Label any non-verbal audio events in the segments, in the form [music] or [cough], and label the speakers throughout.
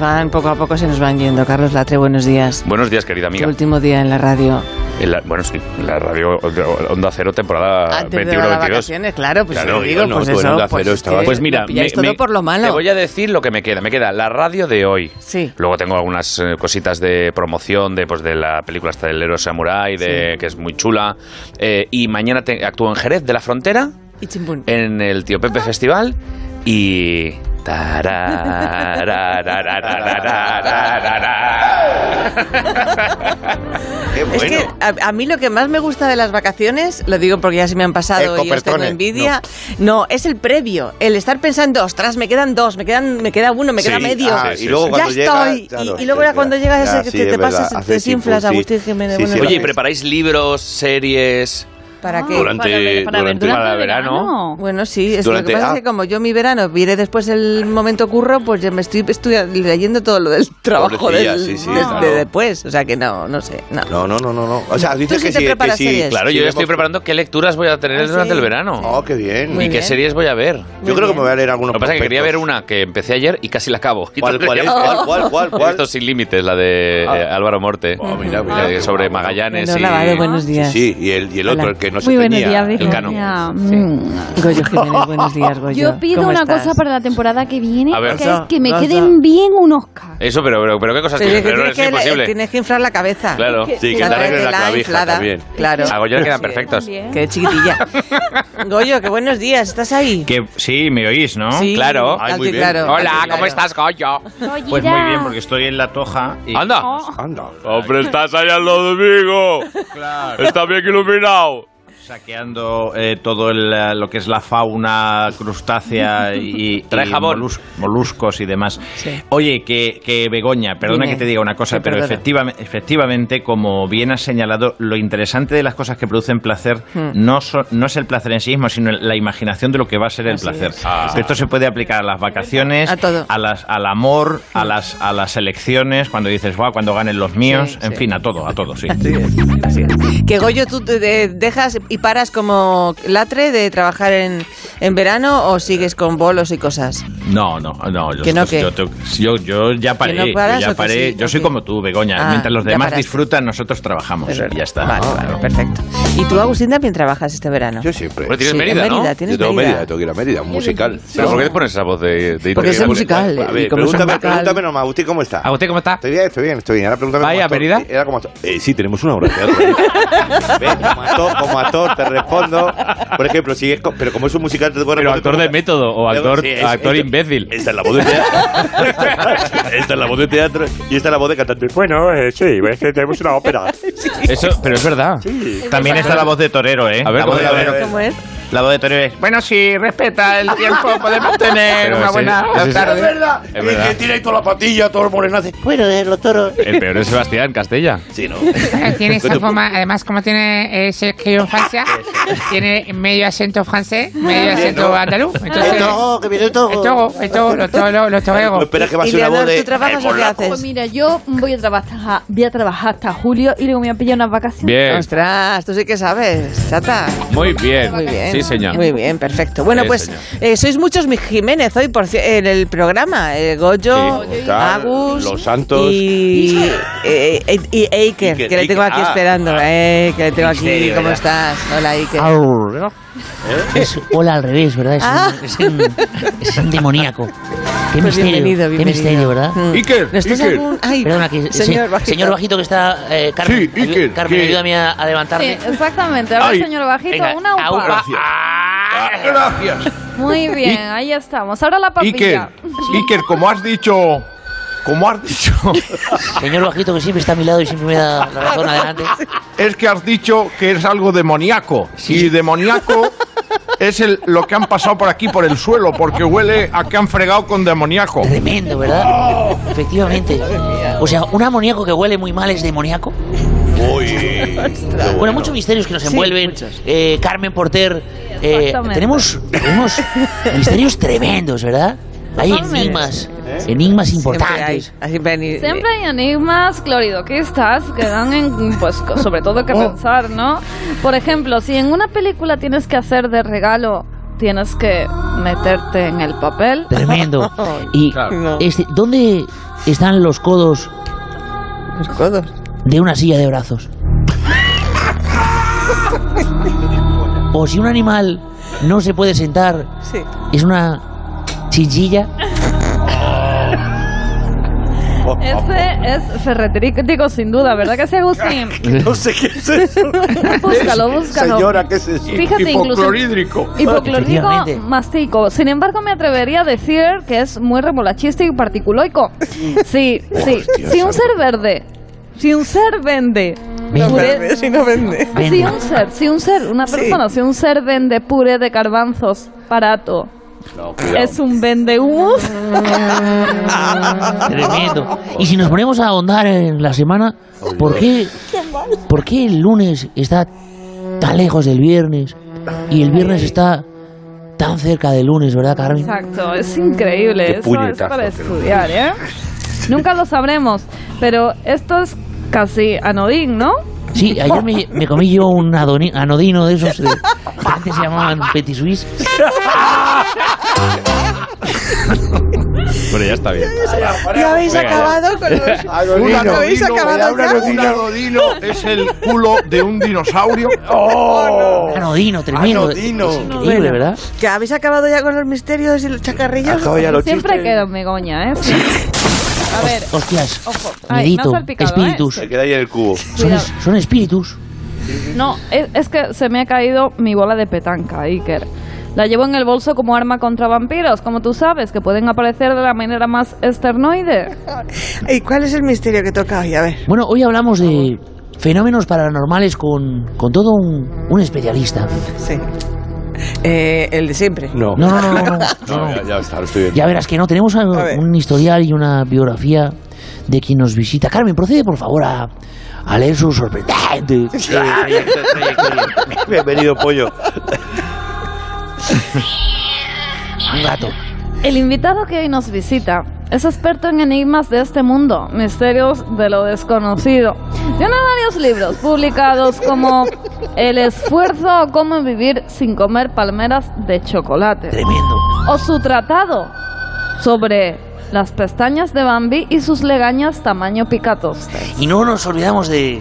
Speaker 1: van, poco a poco se nos van yendo. Carlos Latre, buenos días.
Speaker 2: Buenos días, querida amiga.
Speaker 1: Tu último día en la radio.
Speaker 2: En la- bueno, sí, la radio Onda Cero, temporada
Speaker 1: Antes de las
Speaker 2: 21-22.
Speaker 1: vacaciones, claro, pues
Speaker 2: Ah, Claro,
Speaker 1: yo
Speaker 2: yo
Speaker 1: digo,
Speaker 2: no,
Speaker 1: pues
Speaker 2: tú en
Speaker 1: eso,
Speaker 2: Onda
Speaker 1: pues,
Speaker 2: Cero
Speaker 1: es que
Speaker 2: estabas. Pues
Speaker 3: mira,
Speaker 1: lo pilláis
Speaker 2: me-
Speaker 1: todo
Speaker 2: me-
Speaker 1: por lo malo.
Speaker 2: Te voy a decir lo que me queda. Me queda la radio de hoy.
Speaker 1: Sí.
Speaker 2: Luego tengo algunas eh, cositas de promoción de, pues, de la película hasta del héroe Samurai, de, que es muy chula. Eh, y mañana te- actúo en Jerez de la Frontera,
Speaker 1: Y chimpún.
Speaker 2: en el Tío Pepe Festival. Y.
Speaker 3: Qué
Speaker 1: Es
Speaker 3: bueno.
Speaker 1: que a, a mí lo que más me gusta de las vacaciones, lo digo porque ya se me han pasado
Speaker 2: Eh,
Speaker 3: El
Speaker 1: y os tengo
Speaker 3: copertone,
Speaker 1: envidia, no. es el previo, el estar pensando, ostras, me quedan dos, me quedan, me queda uno, me
Speaker 2: Sí,
Speaker 1: queda medio.
Speaker 2: ah,
Speaker 3: y luego
Speaker 2: sí,
Speaker 3: cuando
Speaker 1: ya
Speaker 3: llega,
Speaker 1: estoy.
Speaker 3: ya
Speaker 1: Y-
Speaker 3: no,
Speaker 1: y luego ya cuando llegas, es que
Speaker 3: sí,
Speaker 1: te
Speaker 3: es
Speaker 1: pasas,
Speaker 3: verdad.
Speaker 1: te
Speaker 3: Haces
Speaker 1: desinflas,
Speaker 3: impulsif.
Speaker 1: Agustín Jiménez, bueno,
Speaker 2: Oye, ¿y
Speaker 3: haces.
Speaker 2: ¿preparáis libros, series? Ah,
Speaker 1: ¿Para qué?
Speaker 2: Durante-
Speaker 4: ver- ver-
Speaker 2: durante- para verano.
Speaker 1: Bueno, sí, es
Speaker 2: Durante-
Speaker 1: lo que pasa
Speaker 2: ah.
Speaker 1: es que como yo mi verano viene después el momento curro, pues ya me estoy, estoy leyendo todo lo del trabajo
Speaker 3: Pobrecilla,
Speaker 1: del,
Speaker 3: sí, sí,
Speaker 1: de-
Speaker 3: claro.
Speaker 1: de después. O sea que no, no sé. No.
Speaker 3: No, no, no, no, no. O sea, dices
Speaker 1: sí
Speaker 3: que
Speaker 1: te
Speaker 3: sí, que
Speaker 1: preparas
Speaker 3: sí.
Speaker 1: series.
Speaker 2: Claro,
Speaker 3: Sí,
Speaker 2: yo
Speaker 3: le
Speaker 2: estoy
Speaker 3: hemos-
Speaker 2: preparando qué lecturas voy a tener
Speaker 1: Ah,
Speaker 2: durante
Speaker 1: sí.
Speaker 2: el verano.
Speaker 3: Oh, qué bien.
Speaker 1: Muy
Speaker 2: y qué
Speaker 1: bien.
Speaker 2: series voy a ver.
Speaker 3: Yo creo que me voy a leer
Speaker 2: Lo
Speaker 3: algunos.
Speaker 2: que pasa es que quería ver
Speaker 3: prospectos.
Speaker 2: una que empecé ayer y casi la acabo.
Speaker 3: ¿Cuál, cuál es? ¿Cuál, cuál, cuál, cuál?
Speaker 2: Esto sin límites, la de eh,
Speaker 3: Ah.
Speaker 2: Álvaro Morte.
Speaker 3: Oh, mira, mira,
Speaker 2: La de-
Speaker 3: qué
Speaker 2: sobre
Speaker 3: guapo.
Speaker 2: Magallanes
Speaker 1: Menor
Speaker 2: y
Speaker 1: Lavado, buenos
Speaker 3: Sí,
Speaker 1: días.
Speaker 3: sí, y el, y el otro,
Speaker 1: Hola.
Speaker 3: el que no se
Speaker 4: Muy buenos
Speaker 3: tenía,
Speaker 4: días,
Speaker 2: El
Speaker 4: Begoña.
Speaker 2: Canon.
Speaker 4: Mm.
Speaker 1: Goyo
Speaker 4: [laughs]
Speaker 1: Jiménez, buenos días, Goyo.
Speaker 4: Yo pido
Speaker 1: ¿Cómo
Speaker 4: una
Speaker 1: estás?
Speaker 4: cosa para la temporada que viene,
Speaker 2: A ver.
Speaker 4: que
Speaker 1: Rosa,
Speaker 4: es que me
Speaker 1: Rosa.
Speaker 4: queden bien un Oscar.
Speaker 2: Eso, pero, pero, pero qué cosas
Speaker 1: Pero
Speaker 2: tiene.
Speaker 1: es que
Speaker 2: Pero no
Speaker 1: tienes,
Speaker 2: es
Speaker 1: que,
Speaker 2: imposible.
Speaker 1: tienes que inflar la cabeza.
Speaker 2: Claro.
Speaker 3: Sí, que
Speaker 1: La
Speaker 3: te arreglen la
Speaker 1: tráetela
Speaker 3: clavija
Speaker 1: inflada.
Speaker 3: también.
Speaker 1: Claro.
Speaker 2: A Goyo le quedan
Speaker 1: Sí.
Speaker 2: perfectos.
Speaker 4: También.
Speaker 1: Qué chiquitilla. Goyo, qué buenos días. ¿Estás ahí?
Speaker 5: Que, sí, me oís, ¿no?
Speaker 1: Sí,
Speaker 2: claro.
Speaker 3: Ay,
Speaker 1: alto
Speaker 3: muy
Speaker 1: y
Speaker 3: bien.
Speaker 1: claro, alto y
Speaker 2: Hola,
Speaker 1: claro.
Speaker 2: ¿cómo estás, Goyo?
Speaker 5: Pues muy bien, porque estoy en la toja. Y,
Speaker 2: Anda.
Speaker 4: Oh.
Speaker 3: Anda.
Speaker 2: Hombre, estás allá al lado domingo.
Speaker 5: Claro,
Speaker 2: Está bien iluminado.
Speaker 5: saqueando eh, todo el, eh, lo que es la fauna
Speaker 1: [laughs]
Speaker 5: crustácea y,
Speaker 2: Trae
Speaker 5: y
Speaker 2: jabón.
Speaker 5: molus- moluscos y demás.
Speaker 1: Sí.
Speaker 5: Oye, que, que Begoña, perdona
Speaker 1: Dime.
Speaker 5: que te diga una cosa,
Speaker 1: Sí,
Speaker 5: pero
Speaker 1: perdona.
Speaker 5: efectivamente, efectivamente, como bien has señalado, lo interesante de las cosas que producen placer
Speaker 1: Hmm.
Speaker 5: no, so- no es el placer en sí mismo, sino la imaginación de lo que va a ser el
Speaker 1: Así
Speaker 5: placer.
Speaker 1: es.
Speaker 2: Ah.
Speaker 5: Esto se puede aplicar a las vacaciones,
Speaker 1: A todo.
Speaker 5: las, al amor, a las, a las elecciones, cuando dices, wow, cuando ganen los míos,
Speaker 1: Sí,
Speaker 5: en
Speaker 1: sí.
Speaker 5: fin, a todo, a todo, sí.
Speaker 1: Que Goyo, ¿tú te de- dejas y paras como latre de trabajar en, en verano o sigues con bolos y cosas?
Speaker 5: No, no, no. Yo,
Speaker 1: Que no,
Speaker 5: yo-
Speaker 1: ¿qué?
Speaker 5: yo, tengo- yo- yo ya paré.
Speaker 1: no paras o
Speaker 5: yo
Speaker 1: que
Speaker 5: ya paré.
Speaker 1: sí, o
Speaker 5: yo soy
Speaker 1: qué?
Speaker 5: como tú, Begoña.
Speaker 1: Ah,
Speaker 5: Mientras los
Speaker 1: ya
Speaker 5: demás
Speaker 1: paraste.
Speaker 5: disfrutan, nosotros trabajamos.
Speaker 1: Es
Speaker 5: y
Speaker 1: verdad.
Speaker 5: ya está.
Speaker 1: Vale, vale, perfecto. ¿Y tú, Agustín, también trabajas este verano?
Speaker 3: Yo siempre.
Speaker 2: Hombre, tienes
Speaker 1: Sí,
Speaker 2: Mérida,
Speaker 1: en
Speaker 2: ¿no?
Speaker 1: Mérida,
Speaker 2: Yo
Speaker 1: tienes
Speaker 3: Yo tengo
Speaker 1: Mérida.
Speaker 3: Mérida, tengo que ir a Mérida, un musical.
Speaker 2: ¿Pero por qué te pones esa voz de, de
Speaker 1: Porque es
Speaker 2: interior?
Speaker 1: musical,
Speaker 2: A
Speaker 1: y
Speaker 2: ver,
Speaker 1: como es un
Speaker 3: Pregúntame,
Speaker 1: vocal.
Speaker 3: pregúntame nomás, Agustín, ¿cómo está?
Speaker 2: Agustín, ¿cómo estás?
Speaker 3: Estoy bien, estoy bien, estoy bien. Ahora pregúntame
Speaker 2: ¿Vais
Speaker 3: cómo
Speaker 2: a
Speaker 3: actor-
Speaker 2: Mérida?
Speaker 3: Era como actor. Eh, sí, tenemos una obra de
Speaker 2: ¿eh?
Speaker 3: teatro. [laughs] Ven, como actor, como actor, te respondo. Por ejemplo, si es... co- Pero como es un musical, te puedo
Speaker 2: Pero
Speaker 3: responder
Speaker 2: actor
Speaker 3: como-
Speaker 2: de método o
Speaker 3: Luego,
Speaker 2: actor,
Speaker 3: sí, es-
Speaker 2: actor
Speaker 3: es-
Speaker 2: imbécil.
Speaker 3: Esta es la voz de teatro. [laughs] Esta es la voz de teatro y esta es la voz de cantante. Bueno, eh, sí, es que tenemos una ópera.
Speaker 2: Eso, pero es verdad.
Speaker 5: También está la voz de torero, ¿eh?
Speaker 2: A ver,
Speaker 5: la, voz
Speaker 2: ¿cómo
Speaker 5: de
Speaker 2: es?
Speaker 5: torero.
Speaker 1: ¿Cómo es?
Speaker 5: la voz de torero es. Bueno, si respeta el tiempo, podemos tener
Speaker 2: Pero
Speaker 5: una
Speaker 2: ese-
Speaker 5: buena
Speaker 2: ese es-
Speaker 5: tarde.
Speaker 3: verdad.
Speaker 2: Es verdad.
Speaker 3: Y que tiene ahí toda la patilla, todo el morenazo. Bueno, eh, los toros.
Speaker 2: El peor es Sebastián Castella.
Speaker 3: Sí, ¿no?
Speaker 6: [laughs] Tiene esa
Speaker 3: Pero-
Speaker 6: forma, además, como tiene ese escrito en Francia, tiene medio acento francés, medio acento andaluz. Entonces, el togo, que viene el togo. El togo, el togo, los toreros. Los
Speaker 3: No
Speaker 6: toreros.
Speaker 3: esperas que va a
Speaker 1: ¿Y
Speaker 3: ser una
Speaker 1: Leonor,
Speaker 3: voz de.
Speaker 1: tú trabajas
Speaker 3: eh,
Speaker 1: o qué
Speaker 3: polaco.
Speaker 1: haces?
Speaker 4: Pues mira, yo voy a trabajar, voy a trabajar hasta julio y luego me voy a pillar unas vacaciones.
Speaker 2: Bien.
Speaker 1: Ostras, tú sí que sabes, chata.
Speaker 2: Muy bien.
Speaker 1: Muy bien.
Speaker 2: Sí, señor.
Speaker 1: Muy bien, perfecto. Bueno,
Speaker 2: Sí,
Speaker 1: pues
Speaker 2: señor.
Speaker 1: eh, sois muchos mis Jiménez hoy por, ci- en el programa. Eh, Goyo,
Speaker 3: Sí, está,
Speaker 1: Agus,
Speaker 3: Los Santos.
Speaker 1: y, eh, eh, y Iker,
Speaker 3: Iker,
Speaker 1: que le tengo
Speaker 3: Iker,
Speaker 1: aquí
Speaker 3: ah,
Speaker 1: esperando.
Speaker 3: ah.
Speaker 1: eh, que le tengo aquí.
Speaker 3: Misterio,
Speaker 1: ¿Cómo
Speaker 3: ¿verdad?
Speaker 1: estás? Hola, Iker.
Speaker 7: Aur, ¿verdad?
Speaker 8: ¿Eh?
Speaker 7: Es hola al revés, ¿verdad? Es,
Speaker 1: Ah.
Speaker 7: un, es, un, es
Speaker 1: [laughs]
Speaker 7: un demoníaco. Qué
Speaker 1: Pues
Speaker 7: misterio,
Speaker 1: bienvenido,
Speaker 7: qué
Speaker 1: bienvenido.
Speaker 7: misterio, ¿verdad?
Speaker 1: Mm.
Speaker 2: Iker,
Speaker 1: ¿No estás
Speaker 2: Iker.
Speaker 1: algún- Ay,
Speaker 7: Perdona, que, se-
Speaker 1: señor bajito.
Speaker 7: señor bajito que está eh, Carmen.
Speaker 2: Sí,
Speaker 7: Ayú-
Speaker 2: Iker,
Speaker 7: Carmen,
Speaker 2: que-
Speaker 7: ayúdame a, a
Speaker 4: Sí,
Speaker 7: levantarme.
Speaker 4: exactamente. Ahora,
Speaker 2: Ay.
Speaker 4: señor Bajito,
Speaker 7: Venga,
Speaker 4: una
Speaker 7: a
Speaker 4: upa.
Speaker 7: upa.
Speaker 2: Ah,
Speaker 4: Muy bien, ahí estamos. Ahora la papilla.
Speaker 8: Iker, Iker, como has dicho, como has dicho,
Speaker 7: Señor bajito que siempre está a mi lado y siempre me da
Speaker 3: Ah,
Speaker 7: la
Speaker 8: [laughs]
Speaker 1: [laughs]
Speaker 7: razón adelante.
Speaker 8: es que has dicho que es algo demoníaco. Y demoníaco es el, lo que han pasado por aquí, por el suelo, porque huele a que han fregado con demoníaco. Oh.
Speaker 7: Tremendo, ¿verdad? Efectivamente. O sea, un amoníaco que huele muy mal es demoníaco.
Speaker 3: Uy. qué
Speaker 7: Bueno, muchos misterios que nos envuelven.
Speaker 1: muchos.
Speaker 7: Eh, Carmen Porter. eh,
Speaker 4: Exactamente.
Speaker 7: tenemos, tenemos
Speaker 1: [laughs]
Speaker 7: misterios tremendos, ¿verdad? Hay
Speaker 4: Exactamente.
Speaker 7: enigmas, enigmas importantes.
Speaker 1: ¿Eh? Siempre hay, siempre
Speaker 7: Eh,
Speaker 1: hay- [laughs]
Speaker 4: Siempre hay enigmas cloridoquistas que dan en, pues, co- sobre todo que pensar, ¿no? Por ejemplo, si en una película tienes que hacer de regalo, tienes que meterte en el papel.
Speaker 1: [laughs]
Speaker 7: Tremendo. Y
Speaker 1: No.
Speaker 7: este, ¿dónde están los codos
Speaker 1: Los codos.
Speaker 7: de una silla de brazos? O si un animal no se puede sentar,
Speaker 1: Sí.
Speaker 7: es una chichilla.
Speaker 4: Ese es ferretrítico sin duda, ¿verdad que sí, Agustín?
Speaker 3: [laughs] No sé qué es eso.
Speaker 4: Búscalo, búscalo.
Speaker 3: Señora, ¿qué es eso?
Speaker 4: Fíjate incluso.
Speaker 8: Hipoclorhídrico.
Speaker 4: Hipoclorhídrico
Speaker 7: Efectivamente.
Speaker 4: mastico. Sin embargo, me atrevería a decir que es muy remolachista y particuloico. Sí, sí. Si un ser verde, si un ser vende,
Speaker 7: Vende.
Speaker 4: puré-
Speaker 1: Si no vende.
Speaker 4: si Ah, un ser, si un ser, una persona, si un ser vende puré de garbanzos barato, es un vende humus.
Speaker 7: [laughs] Tremendo. Y si nos ponemos a ahondar en la semana, ¿por qué, ¿por qué el lunes está tan lejos del viernes y el viernes está tan cerca del lunes, verdad, Carmen?
Speaker 4: Exacto, es increíble. Eso es
Speaker 2: puñetazo,
Speaker 4: para
Speaker 2: pero-
Speaker 4: estudiar, ¿eh? Nunca lo sabremos, pero esto es casi anodín, ¿no?
Speaker 7: Sí,
Speaker 4: [laughs]
Speaker 7: ayer me, me comí yo un adoni- anodino de esos de- que antes se llamaban Petit Suisse.
Speaker 2: Bueno, ya está bien.
Speaker 1: Ya habéis acabado con los.
Speaker 3: [laughs]
Speaker 8: Adolino,
Speaker 1: ¿Lo habéis
Speaker 8: Adolino,
Speaker 1: acabado ya?
Speaker 8: Un anodino es el culo de un
Speaker 3: [laughs]
Speaker 8: dinosaurio.
Speaker 3: Oh.
Speaker 8: Ah,
Speaker 7: Anodino, tremendo.
Speaker 3: Anodino.
Speaker 7: Es increíble, ¿verdad?
Speaker 1: ¿Que habéis acabado ya con los misterios y los chacarrillos?
Speaker 3: Acabo ya los
Speaker 4: Siempre
Speaker 3: chistes.
Speaker 4: quedo mi goña, ¿eh? A ver,
Speaker 7: Hostias,
Speaker 4: ojo. Ay, me ha
Speaker 7: miedito,
Speaker 4: salpicado,
Speaker 7: espíritus.
Speaker 3: Se queda ahí en el cubo.
Speaker 7: Son,
Speaker 4: Cuidado.
Speaker 7: es- son espíritus.
Speaker 4: no, es, es que se me ha caído mi bola de petanca, Iker. La llevo en el bolso como arma contra vampiros, como tú sabes, que pueden aparecer de la manera más externoide.
Speaker 1: ¿Y cuál es el misterio que toca hoy? A ver.
Speaker 7: Bueno, hoy hablamos de fenómenos paranormales con, con todo un, un especialista.
Speaker 1: Sí. Eh, el de siempre.
Speaker 3: [laughs] No.
Speaker 7: No, no, no, no. no, no, no.
Speaker 3: ya, ya está, lo estoy viendo.
Speaker 7: Ya verás que no, tenemos algo-
Speaker 1: A ver.
Speaker 7: un historial y una biografía de quien nos visita. Carmen, procede por favor a, a leer su sorprendente.
Speaker 3: Bienvenido, pollo.
Speaker 7: Un gato.
Speaker 4: El invitado que hoy nos visita es experto en enigmas de este mundo, misterios de lo desconocido. Tiene varios libros publicados como El esfuerzo o cómo vivir sin comer palmeras de chocolate
Speaker 7: Tremendo.
Speaker 4: o su tratado sobre las pestañas de Bambi y sus legañas tamaño picatoste.
Speaker 7: Y no nos olvidamos de,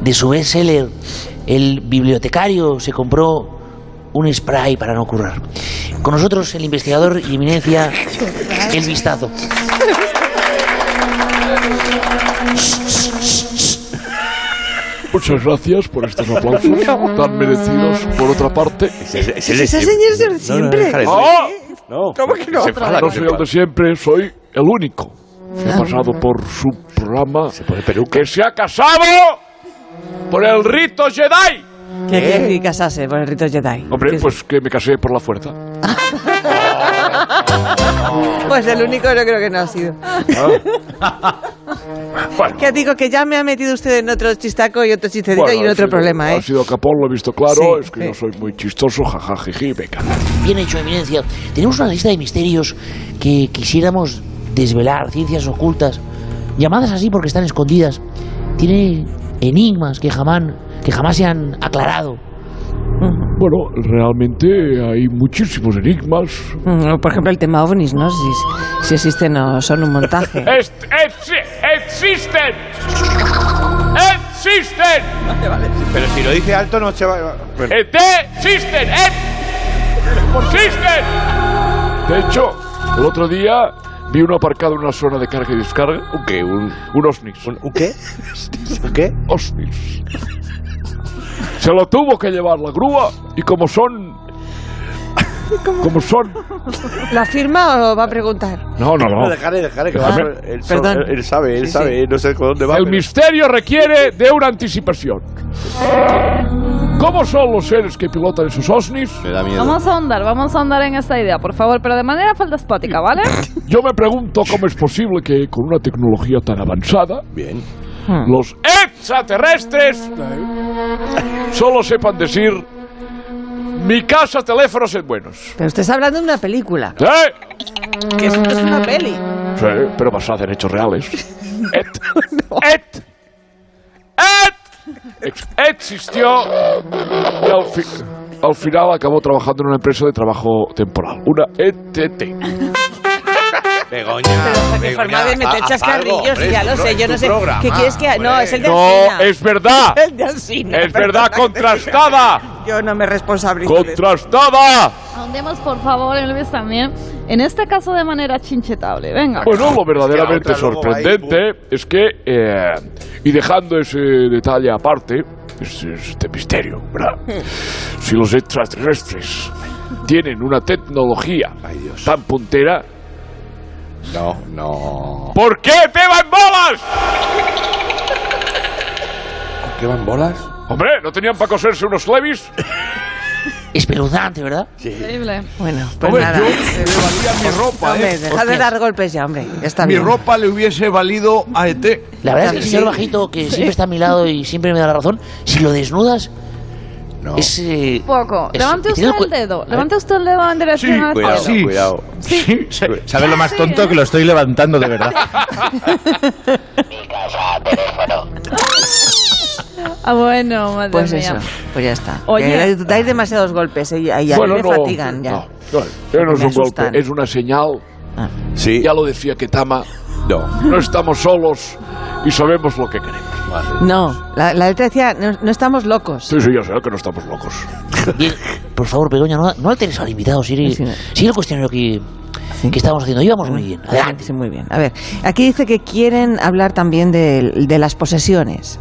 Speaker 7: de su bestseller. El bibliotecario se compró un spray para no currar. Con nosotros el investigador y eminencia, el vistazo.
Speaker 9: Muchas gracias por estos
Speaker 1: [laughs]
Speaker 9: aplausos tan merecidos. Por otra parte,
Speaker 3: Ese
Speaker 1: Ese señor es el siempre. ¿eh?
Speaker 3: No, no,
Speaker 9: ¡Oh!
Speaker 3: no,
Speaker 1: ¿Cómo que no?
Speaker 3: Se enfada,
Speaker 9: no
Speaker 3: se
Speaker 9: soy el de siempre, soy el único que ha
Speaker 1: Ah.
Speaker 9: pasado por su programa
Speaker 3: Se pone peluca.
Speaker 9: que se ha casado por el rito Jedi.
Speaker 1: Que, que, que casase por el rito Jedi.
Speaker 9: Hombre,
Speaker 1: Que-
Speaker 9: pues que me casé por la fuerza.
Speaker 1: pues el único yo creo que no ha sido.
Speaker 3: Ah.
Speaker 1: [laughs] Que digo que ya me ha metido usted en otro chistaco y otro chistecito
Speaker 9: Bueno,
Speaker 1: y en
Speaker 9: ha
Speaker 1: otro
Speaker 9: sido-
Speaker 1: problema, ¿eh?
Speaker 9: Ha sido capón, lo he visto claro.
Speaker 1: Sí,
Speaker 9: es que
Speaker 1: sí.
Speaker 9: yo soy muy chistoso, jajajiji,
Speaker 1: [laughs]
Speaker 9: venga.
Speaker 7: Bien hecho, Eminencia. Tenemos una lista de misterios que quisiéramos desvelar, ciencias ocultas, llamadas así porque están escondidas. Tiene enigmas que jamás, que jamás se han aclarado.
Speaker 9: Bueno, realmente hay muchísimos enigmas.
Speaker 1: Mm, o Por ejemplo, el tema ovnis, ¿no? Si, si existen o son
Speaker 9: [laughs]
Speaker 1: un montaje.
Speaker 9: Est- exi- ¡Existen! ¡Existen! Eh,
Speaker 3: Pero si lo dice alto, no se va. Bueno,
Speaker 9: ¡Et- ¡Existen! ¡Et- ¡Existen! De hecho, el otro día vi uno aparcado en una zona de carga y descarga.
Speaker 3: ¿Un qué? ¿Un,
Speaker 9: Un Osnis. Un
Speaker 3: un, un qué? ¿Un qué?
Speaker 9: Osnis. Se lo tuvo que llevar la grúa y como son... Como son...
Speaker 1: ¿La firma o va a preguntar?
Speaker 9: No, no, no.
Speaker 3: Dejaré, dejaré que
Speaker 9: Ah,
Speaker 3: va.
Speaker 9: per-
Speaker 3: Él, so-
Speaker 1: perdón.
Speaker 3: él, él sabe, él
Speaker 1: Sí,
Speaker 3: sabe,
Speaker 1: sí.
Speaker 3: él no sé con dónde va.
Speaker 9: El
Speaker 3: pero-
Speaker 9: misterio requiere de una anticipación. ¿Cómo son los seres que pilotan esos ovnis?
Speaker 3: Me da miedo.
Speaker 4: Vamos a ahondar, vamos a ahondar en esta idea, por favor, pero de manera faldespática, ¿vale?
Speaker 9: Yo me pregunto cómo es posible que con una tecnología tan avanzada
Speaker 3: Bien.
Speaker 1: Hmm.
Speaker 9: los extraterrestres solo sepan decir mi casa teléfonos es buenos.
Speaker 1: Pero usted está hablando de una película.
Speaker 9: ¿Eh?
Speaker 1: Que esto es una peli.
Speaker 9: Sí,
Speaker 3: eh,
Speaker 9: pero basada en hechos reales. Et, et, et, ex- existió y al, fi- al final acabó trabajando en una empresa de trabajo temporal, una E ETT.
Speaker 3: Begoña.
Speaker 1: Qué
Speaker 3: Begoña,
Speaker 1: forma de meter
Speaker 3: haz- haz algo,
Speaker 1: chascarrillos,
Speaker 3: hombre,
Speaker 1: ya
Speaker 3: es
Speaker 1: lo
Speaker 3: tu
Speaker 1: sé,
Speaker 3: pro-
Speaker 1: yo
Speaker 3: es
Speaker 1: no
Speaker 3: tu
Speaker 1: sé.
Speaker 3: programa,
Speaker 1: ¿Qué quieres que haga? No,
Speaker 3: hombre.
Speaker 1: es el de
Speaker 9: No,
Speaker 1: Alsina.
Speaker 9: [laughs] es verdad,
Speaker 1: El de Alsina,
Speaker 9: es verdad,
Speaker 1: [laughs] perdona.
Speaker 9: contrastada,
Speaker 1: Yo no me responsabilizo. de esto.
Speaker 9: contrastada.
Speaker 4: Ahondemos, por favor, en Luis también. En este caso, de manera chinchetable.
Speaker 3: Ah,
Speaker 4: Venga.
Speaker 9: Bueno, lo verdaderamente
Speaker 3: Hostia, la otra luego
Speaker 9: sorprendente es que, eh, y dejando ese detalle aparte, es este misterio,
Speaker 3: [laughs]
Speaker 9: ¿verdad? si los extraterrestres tienen una tecnología
Speaker 3: Ay, Dios.
Speaker 9: tan puntera,
Speaker 3: No, no.
Speaker 9: ¿por qué te van bolas?
Speaker 3: ¿Qué van bolas?
Speaker 9: Hombre, ¿no tenían para coserse unos levis?
Speaker 7: Espeluznante, ¿verdad?
Speaker 4: Increíble.
Speaker 1: Bueno, pues
Speaker 8: Hombre,
Speaker 1: nada.
Speaker 8: yo le valía mi ropa,
Speaker 1: Hombre,
Speaker 8: ¿eh?
Speaker 1: dejad de dar golpes ya, hombre. Ya está
Speaker 8: Mi
Speaker 1: bien.
Speaker 8: ropa le hubiese valido a E ET.
Speaker 7: La verdad es que el señor bajito, que siempre está a mi lado y siempre me da la razón, si lo desnudas,
Speaker 3: No.
Speaker 1: [laughs]
Speaker 7: es. eh,
Speaker 4: Poco.
Speaker 7: es-
Speaker 4: Levante usted
Speaker 7: teniendo
Speaker 4: el
Speaker 7: cu-
Speaker 4: dedo. Levante usted el dedo en dirección
Speaker 8: Sí,
Speaker 4: al
Speaker 8: cuidado. Ah,
Speaker 4: cielo.
Speaker 8: Sí.
Speaker 3: Cuidado.
Speaker 5: Sí, se- ¿Sabes lo más tonto? Que lo estoy levantando de verdad.
Speaker 4: Ah, bueno, madre
Speaker 1: Pues
Speaker 4: mía.
Speaker 1: eso, [laughs] pues ya está.
Speaker 4: Oye.
Speaker 1: Que dais demasiados golpes ¿eh? y ahí ya me fatigan ya.
Speaker 9: no, no, eh, no es
Speaker 1: Me
Speaker 9: un golpe,
Speaker 1: asustan. Ah.
Speaker 9: es una señal.
Speaker 3: Sí.
Speaker 9: Ya lo decía Ketama,
Speaker 3: No.
Speaker 9: no estamos solos y sabemos lo que queremos.
Speaker 1: No, la, la letra decía, no, no estamos locos.
Speaker 9: Sí, sí, ya sé que no estamos locos.
Speaker 7: Bien, por favor, Begoña, no, no alteres al invitado. Sigue,
Speaker 1: Sí, no.
Speaker 7: sigue el cuestionario que, que estábamos haciendo. Íbamos muy bien. Adelante.
Speaker 1: Ah, Sí, muy bien. A ver, aquí dice que quieren hablar también de, de las posesiones.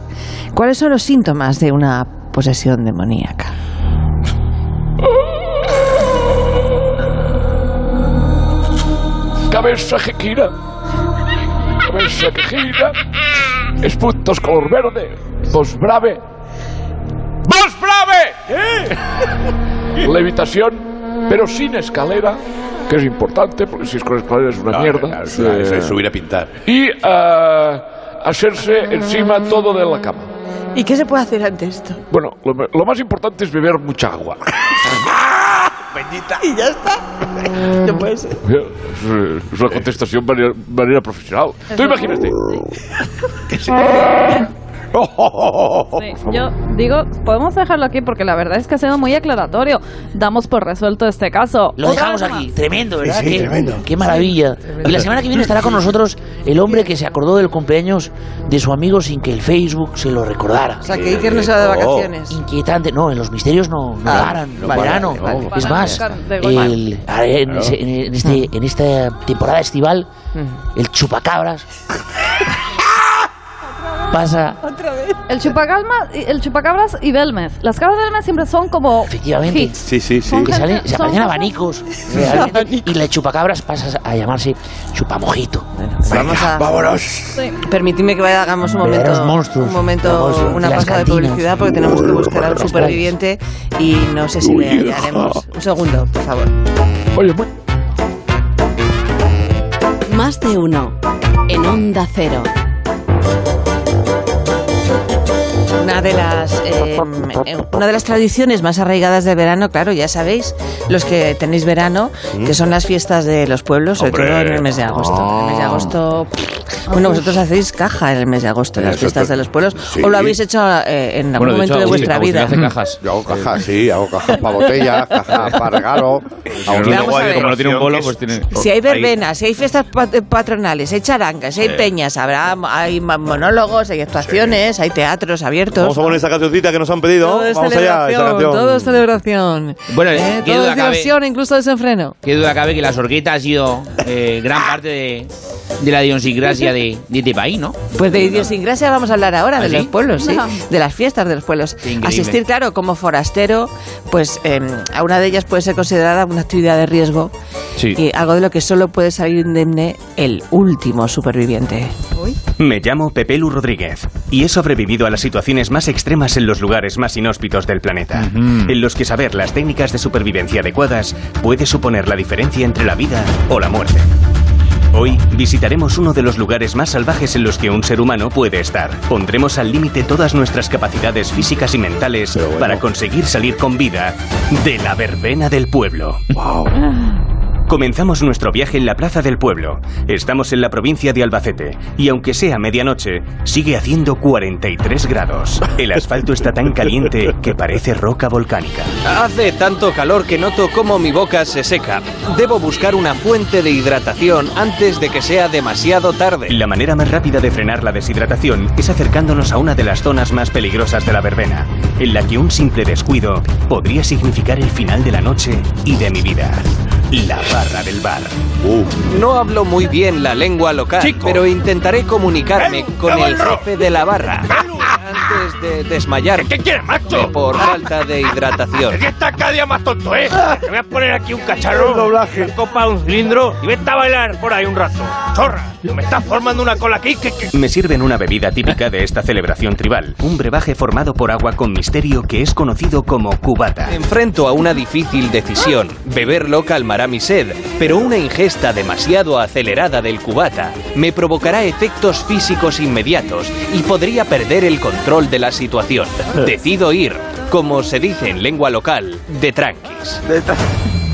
Speaker 1: ¿Cuáles son los síntomas de una posesión demoníaca?
Speaker 9: Cabeza que gira. Cabeza que gira. Espuntos color verde. Vos brave. ¡Vos brave! ¿Eh? Levitación, pero sin escalera, que es importante, porque si es con escalera es una
Speaker 3: No,
Speaker 9: mierda.
Speaker 3: no, es una-
Speaker 9: Eh,
Speaker 3: eso es subir a pintar.
Speaker 9: Y ah, hacerse encima todo de la cama.
Speaker 1: ¿Y qué se puede hacer ante esto?
Speaker 9: Bueno, lo, lo más importante es beber mucha agua.
Speaker 1: Y ya está. [laughs] No puede ser.
Speaker 9: Eh, Es una contestación de manera, manera profesional. Tú imagínate.
Speaker 3: Oh,
Speaker 4: Sí, yo digo, podemos dejarlo aquí porque la verdad es que ha sido muy aclaratorio. Damos por resuelto este caso.
Speaker 7: Lo
Speaker 4: Otra
Speaker 7: dejamos
Speaker 4: vez más.
Speaker 7: aquí. Tremendo, ¿verdad?
Speaker 3: sí,
Speaker 7: qué,
Speaker 3: tremendo.
Speaker 7: qué maravilla. Y la semana que viene estará con nosotros el hombre que se acordó del cumpleaños de su amigo sin que el Facebook se lo recordara.
Speaker 1: O sea, que Iker no se va de
Speaker 3: Oh.
Speaker 1: vacaciones.
Speaker 7: Inquietante. No, en los misterios no, no
Speaker 1: Ah,
Speaker 7: paran. No
Speaker 1: vale,
Speaker 7: verano.
Speaker 1: vale, vale.
Speaker 7: Es más,
Speaker 4: Van de golpe.
Speaker 7: el- a- en, ese- en- en este- en esta temporada estival, el
Speaker 1: [laughs]
Speaker 7: chupacabras pasa
Speaker 4: El, chupacalma, el chupacabras y Belmez. Las cabras de Belmez siempre son como
Speaker 7: Efectivamente.
Speaker 4: hits.
Speaker 3: Sí, sí, sí.
Speaker 4: Son
Speaker 7: que sale-
Speaker 4: gente-
Speaker 7: se
Speaker 4: son
Speaker 7: aparecen
Speaker 4: cosas-
Speaker 1: [laughs]
Speaker 7: abanicos. realmente, Y la chupacabras pasa a llamarse chupamojito.
Speaker 1: Vamos a...
Speaker 3: Vámonos.
Speaker 4: Sí.
Speaker 1: Permitidme que vaya- hagamos un
Speaker 7: Verdaderos
Speaker 1: momento,
Speaker 7: monstruos.
Speaker 1: un momento
Speaker 7: Vamos,
Speaker 1: una
Speaker 7: las
Speaker 1: pausa de
Speaker 7: cantinas.
Speaker 1: publicidad porque tenemos que buscar al superviviente y no sé si le hallaremos. Un segundo, por favor.
Speaker 9: Oye, muy.
Speaker 10: Más de uno. En Onda Cero.
Speaker 1: Una de las eh, eh, una de las tradiciones más arraigadas del verano, claro, ya sabéis, los que tenéis verano, que son las fiestas de los pueblos, sobre todo en el mes de agosto. En el mes de agosto, bueno, vosotros hacéis caja en el mes de agosto, en las fiestas de los pueblos,
Speaker 3: sí.
Speaker 1: o lo habéis hecho eh, en algún
Speaker 5: Bueno, de
Speaker 1: momento
Speaker 5: hecho,
Speaker 1: de
Speaker 5: sí,
Speaker 1: vuestra
Speaker 5: Agustín
Speaker 1: vida.
Speaker 5: hace cajas.
Speaker 3: Yo hago cajas, sí, hago cajas para botellas, cajas para regalo.
Speaker 5: Pero
Speaker 1: Vamos
Speaker 5: luego
Speaker 1: a
Speaker 5: hay-
Speaker 1: ver.
Speaker 5: Como no tiene un bolo, pues tiene.
Speaker 1: [laughs] Si hay
Speaker 5: ahí-
Speaker 1: verbenas, si hay fiestas pat- patronales, si hay charangas, si hay peñas, habrá hay ma- monólogos, hay actuaciones, hay teatros abiertos.
Speaker 3: Vamos a poner esa cancioncita que nos han pedido.
Speaker 1: Todo es
Speaker 3: Vamos allá, esa
Speaker 1: celebración,
Speaker 3: canción.
Speaker 1: todo es celebración.
Speaker 5: Bueno,
Speaker 1: Eh,
Speaker 5: ¿qué
Speaker 1: todo
Speaker 5: duda
Speaker 1: es
Speaker 5: cabe?
Speaker 1: diversión, incluso desenfreno.
Speaker 5: Qué duda cabe que la sorgueta ha sido eh, gran parte de, de la idiosincrasia de, de este país, ¿no?
Speaker 1: Pues de idiosincrasia vamos a hablar ahora, de
Speaker 5: ¿Ah, sí?
Speaker 1: los pueblos, sí,
Speaker 4: Ajá.
Speaker 1: de las fiestas de los pueblos.
Speaker 5: Qué increíble.
Speaker 1: Asistir, claro, como forastero, pues eh, a una de ellas puede ser considerada una actividad de riesgo
Speaker 5: Sí.
Speaker 1: y algo de lo que solo puede salir indemne el último superviviente.
Speaker 11: Me llamo Pepelu Rodríguez y he sobrevivido a las situaciones más extremas en los lugares más inhóspitos del planeta, en los que saber las técnicas de supervivencia adecuadas puede suponer la diferencia entre la vida o la muerte. Hoy visitaremos uno de los lugares más salvajes en los que un ser humano puede estar. Pondremos al límite todas nuestras capacidades físicas y mentales para conseguir salir con vida de la verbena del pueblo. Comenzamos nuestro viaje en la Plaza del Pueblo. Estamos en la provincia de Albacete y aunque sea medianoche, sigue haciendo 43 grados. El asfalto está tan caliente que parece roca volcánica.
Speaker 12: Hace tanto calor que noto cómo mi boca se seca. Debo buscar una fuente de hidratación antes de que sea demasiado tarde.
Speaker 11: La manera más rápida de frenar la deshidratación es acercándonos a una de las zonas más peligrosas de la verbena, en la que un simple descuido podría significar el final de la noche y de mi vida. Uh. La barra del bar.
Speaker 12: No hablo muy bien la lengua local, pero intentaré comunicarme con el jefe de la barra antes de desmayarme ¿Qué quieres, macho? por falta [laughs] de hidratación.
Speaker 13: Está cada día más tonto, ¿eh? Te voy a poner aquí un cacharro, una copa, un cilindro y vete a bailar por ahí un rato. ¡Chorra! Me estás formando una cola aquí que... que-
Speaker 11: Me sirven una bebida típica de esta celebración tribal, un brebaje formado por agua con misterio que es conocido como cubata.
Speaker 12: Enfrento a una difícil decisión. Beberlo calmará mi sed, pero una ingesta demasiado acelerada del cubata me provocará efectos físicos inmediatos y podría perder el control de la situación. Decido ir, como se dice en lengua local, de tranquis.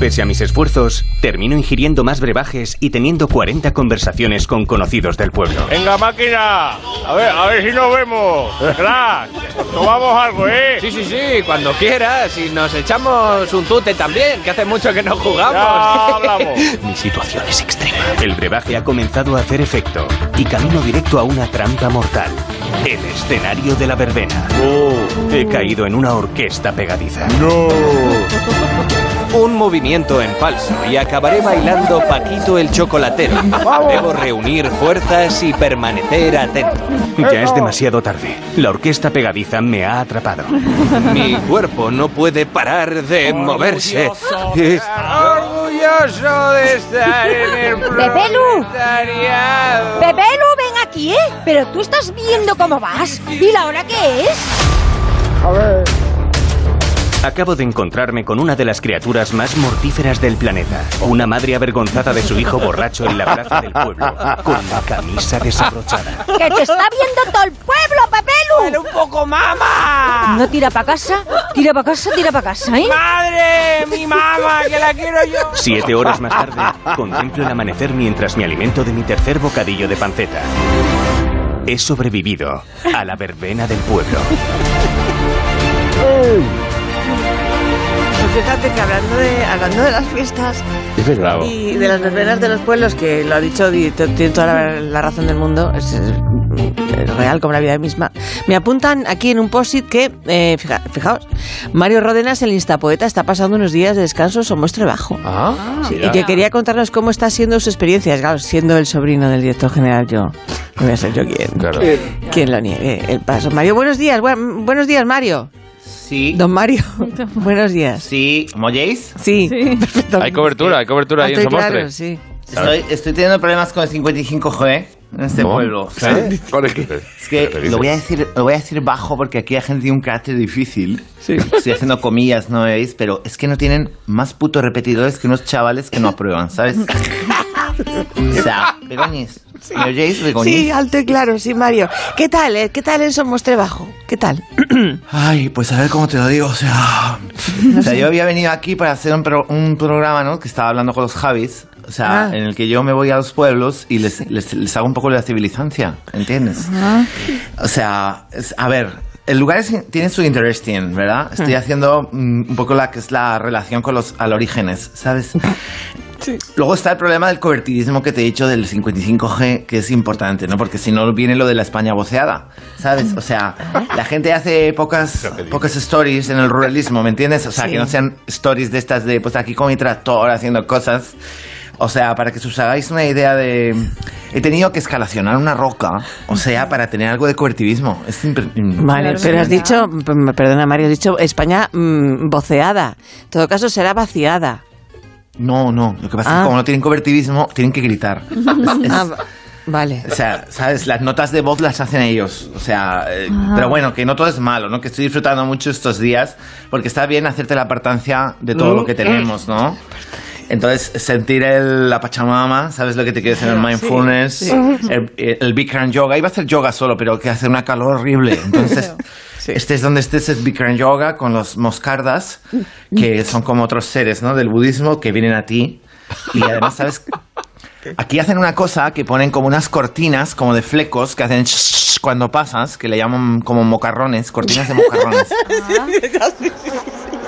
Speaker 11: Pese a mis esfuerzos, termino ingiriendo más brebajes y teniendo 40 conversaciones con conocidos del pueblo.
Speaker 13: Venga, máquina. A ver, a ver si nos vemos. Crack. Tomamos algo, ¿eh?
Speaker 12: Sí, sí, sí, cuando quieras. Y nos echamos un tute también, que hace mucho que no jugamos.
Speaker 13: Ya hablamos.
Speaker 11: Mi situación es extrema. El brebaje ha comenzado a hacer efecto y camino directo a una trampa mortal. El escenario de la verbena. He caído en una orquesta pegadiza.
Speaker 12: Oh. No. Un movimiento en falso y acabaré bailando Paquito el chocolatero. Debo reunir fuerzas y permanecer atento. Eh,
Speaker 11: Ya es demasiado tarde. La orquesta pegadiza me ha atrapado.
Speaker 12: Mi cuerpo no puede parar de moverse. Es-
Speaker 13: Orgulloso de estar en el
Speaker 14: Pepelu. Pepelu, ven aquí, ¿eh? Pero tú estás viendo cómo vas. ¿Y la hora qué es? A ver.
Speaker 11: Acabo de encontrarme con una de las criaturas más mortíferas del planeta. Una madre avergonzada de su hijo borracho en la plaza del pueblo, con la camisa desabrochada.
Speaker 14: ¡Que te está viendo todo el pueblo, Pepelu! ¡Pero un poco mama! No tira para casa, tira para casa, tira para casa, ¿eh?
Speaker 13: ¡Madre! ¡Mi mamá! ¡Que la quiero yo!
Speaker 11: Siete horas más tarde, contemplo el amanecer mientras me alimento de mi tercer bocadillo de panceta. He sobrevivido a la verbena del pueblo.
Speaker 1: Pues fíjate que hablando de, hablando de las fiestas
Speaker 3: Es verdad.
Speaker 1: y de las verbenas de los pueblos, que lo ha dicho, di- to- tiene toda la, la razón del mundo, es, es- es real como la vida misma. Me apuntan aquí en un post-it que, eh, fija- fijaos, Mario Rodenas, el instapoeta, está pasando unos días de descanso en su muestre bajo. Sí, y
Speaker 13: mira.
Speaker 1: que quería contarnos cómo está siendo su experiencia. Claro, siendo el sobrino del director general, yo. No voy a ser yo quien, quien lo niegue el paso. Mario, buenos días. buen- buenos días, Mario.
Speaker 5: Sí.
Speaker 1: Don Mario, buenos días.
Speaker 5: Sí, ¿me oyéis?
Speaker 1: Sí, [laughs] perfectamente.
Speaker 2: Hay cobertura, hay cobertura ahí en
Speaker 5: Estoy
Speaker 2: Somostre.
Speaker 5: claro,
Speaker 1: sí.
Speaker 5: Estoy, estoy teniendo problemas con el 55G en este
Speaker 2: ¿No? [laughs]
Speaker 5: pueblo.
Speaker 2: ¿Sí?
Speaker 5: ¿sabes? [laughs] Es que
Speaker 2: ¿Qué
Speaker 5: lo voy, a
Speaker 2: dices?
Speaker 5: decir, lo voy a decir bajo porque aquí la gente tiene un carácter difícil. Estoy haciendo comillas, ¿no veis? Pero es que no tienen más putos repetidores que unos chavales que no
Speaker 1: [laughs]
Speaker 5: aprueban, ¿sabes? O sea, Begoñis. ¿Me oyéis, Begoñis?
Speaker 1: Sí, alto y claro, sí, Mario. ¿Qué tal? eh? ¿Qué tal en Somos Trabajo? ¿Qué tal?
Speaker 5: Ay, pues a ver cómo te lo digo, o sea... o sea, yo había venido aquí para hacer un, pro- un programa, ¿no? Que estaba hablando con los Javis, o sea,
Speaker 1: Ah.
Speaker 5: en el que yo me voy a los pueblos y les, les- les hago un poco de la civilizancia, ¿entiendes? O sea, es- a ver, el lugar es- tiene su interesting, ¿verdad? Estoy
Speaker 13: Mm.
Speaker 5: haciendo mm, un poco la que es la relación con los alorígenes, ¿sabes? Luego está el problema del cobertidismo que te he dicho del 55G, que es importante, ¿no? Porque si no viene lo de la España voceada, ¿sabes? O sea, la gente hace pocas, pocas stories en el ruralismo, ¿me entiendes? O sea,
Speaker 13: Sí.
Speaker 5: que no sean stories de estas de, pues aquí con mi tractor haciendo cosas. O sea, para que os hagáis una idea de... He tenido que escalacionar una roca, o sea, para tener algo de cobertivismo. Es impre-
Speaker 1: Vale, pero has dicho, p- perdona Mario, has dicho España mm, voceada. En todo caso será [laughs] vaciada.
Speaker 5: No, no, lo que pasa es
Speaker 1: Ah.
Speaker 5: que como no tienen cobertivismo, tienen que gritar. Es- es-
Speaker 1: Ah, va- vale.
Speaker 5: O sea, ¿sabes? Las notas de voz las hacen ellos. O sea, eh,
Speaker 1: Ah.
Speaker 5: pero bueno, que no todo es malo, ¿no? Que estoy disfrutando mucho estos días porque está bien hacerte la apartancia de todo
Speaker 13: Mm.
Speaker 5: lo que tenemos, ¿no? Entonces, sentir el, la pachamama, ¿sabes lo que te quieres en el
Speaker 13: Sí,
Speaker 5: mindfulness?
Speaker 13: sí.
Speaker 5: El, el Bikram yoga. Iba a hacer yoga solo, pero que hace una calor horrible.
Speaker 13: [laughs]
Speaker 5: Entonces, estés donde estés, es Bikram yoga con los moscardas, que son como otros seres, ¿no? Del budismo que vienen a ti Y además, ¿sabes? Aquí hacen una cosa que ponen como unas cortinas, como de flecos, que hacen shhh cuando pasas, que le llaman como mocarrones, cortinas
Speaker 1: [laughs]
Speaker 5: de mocarrones.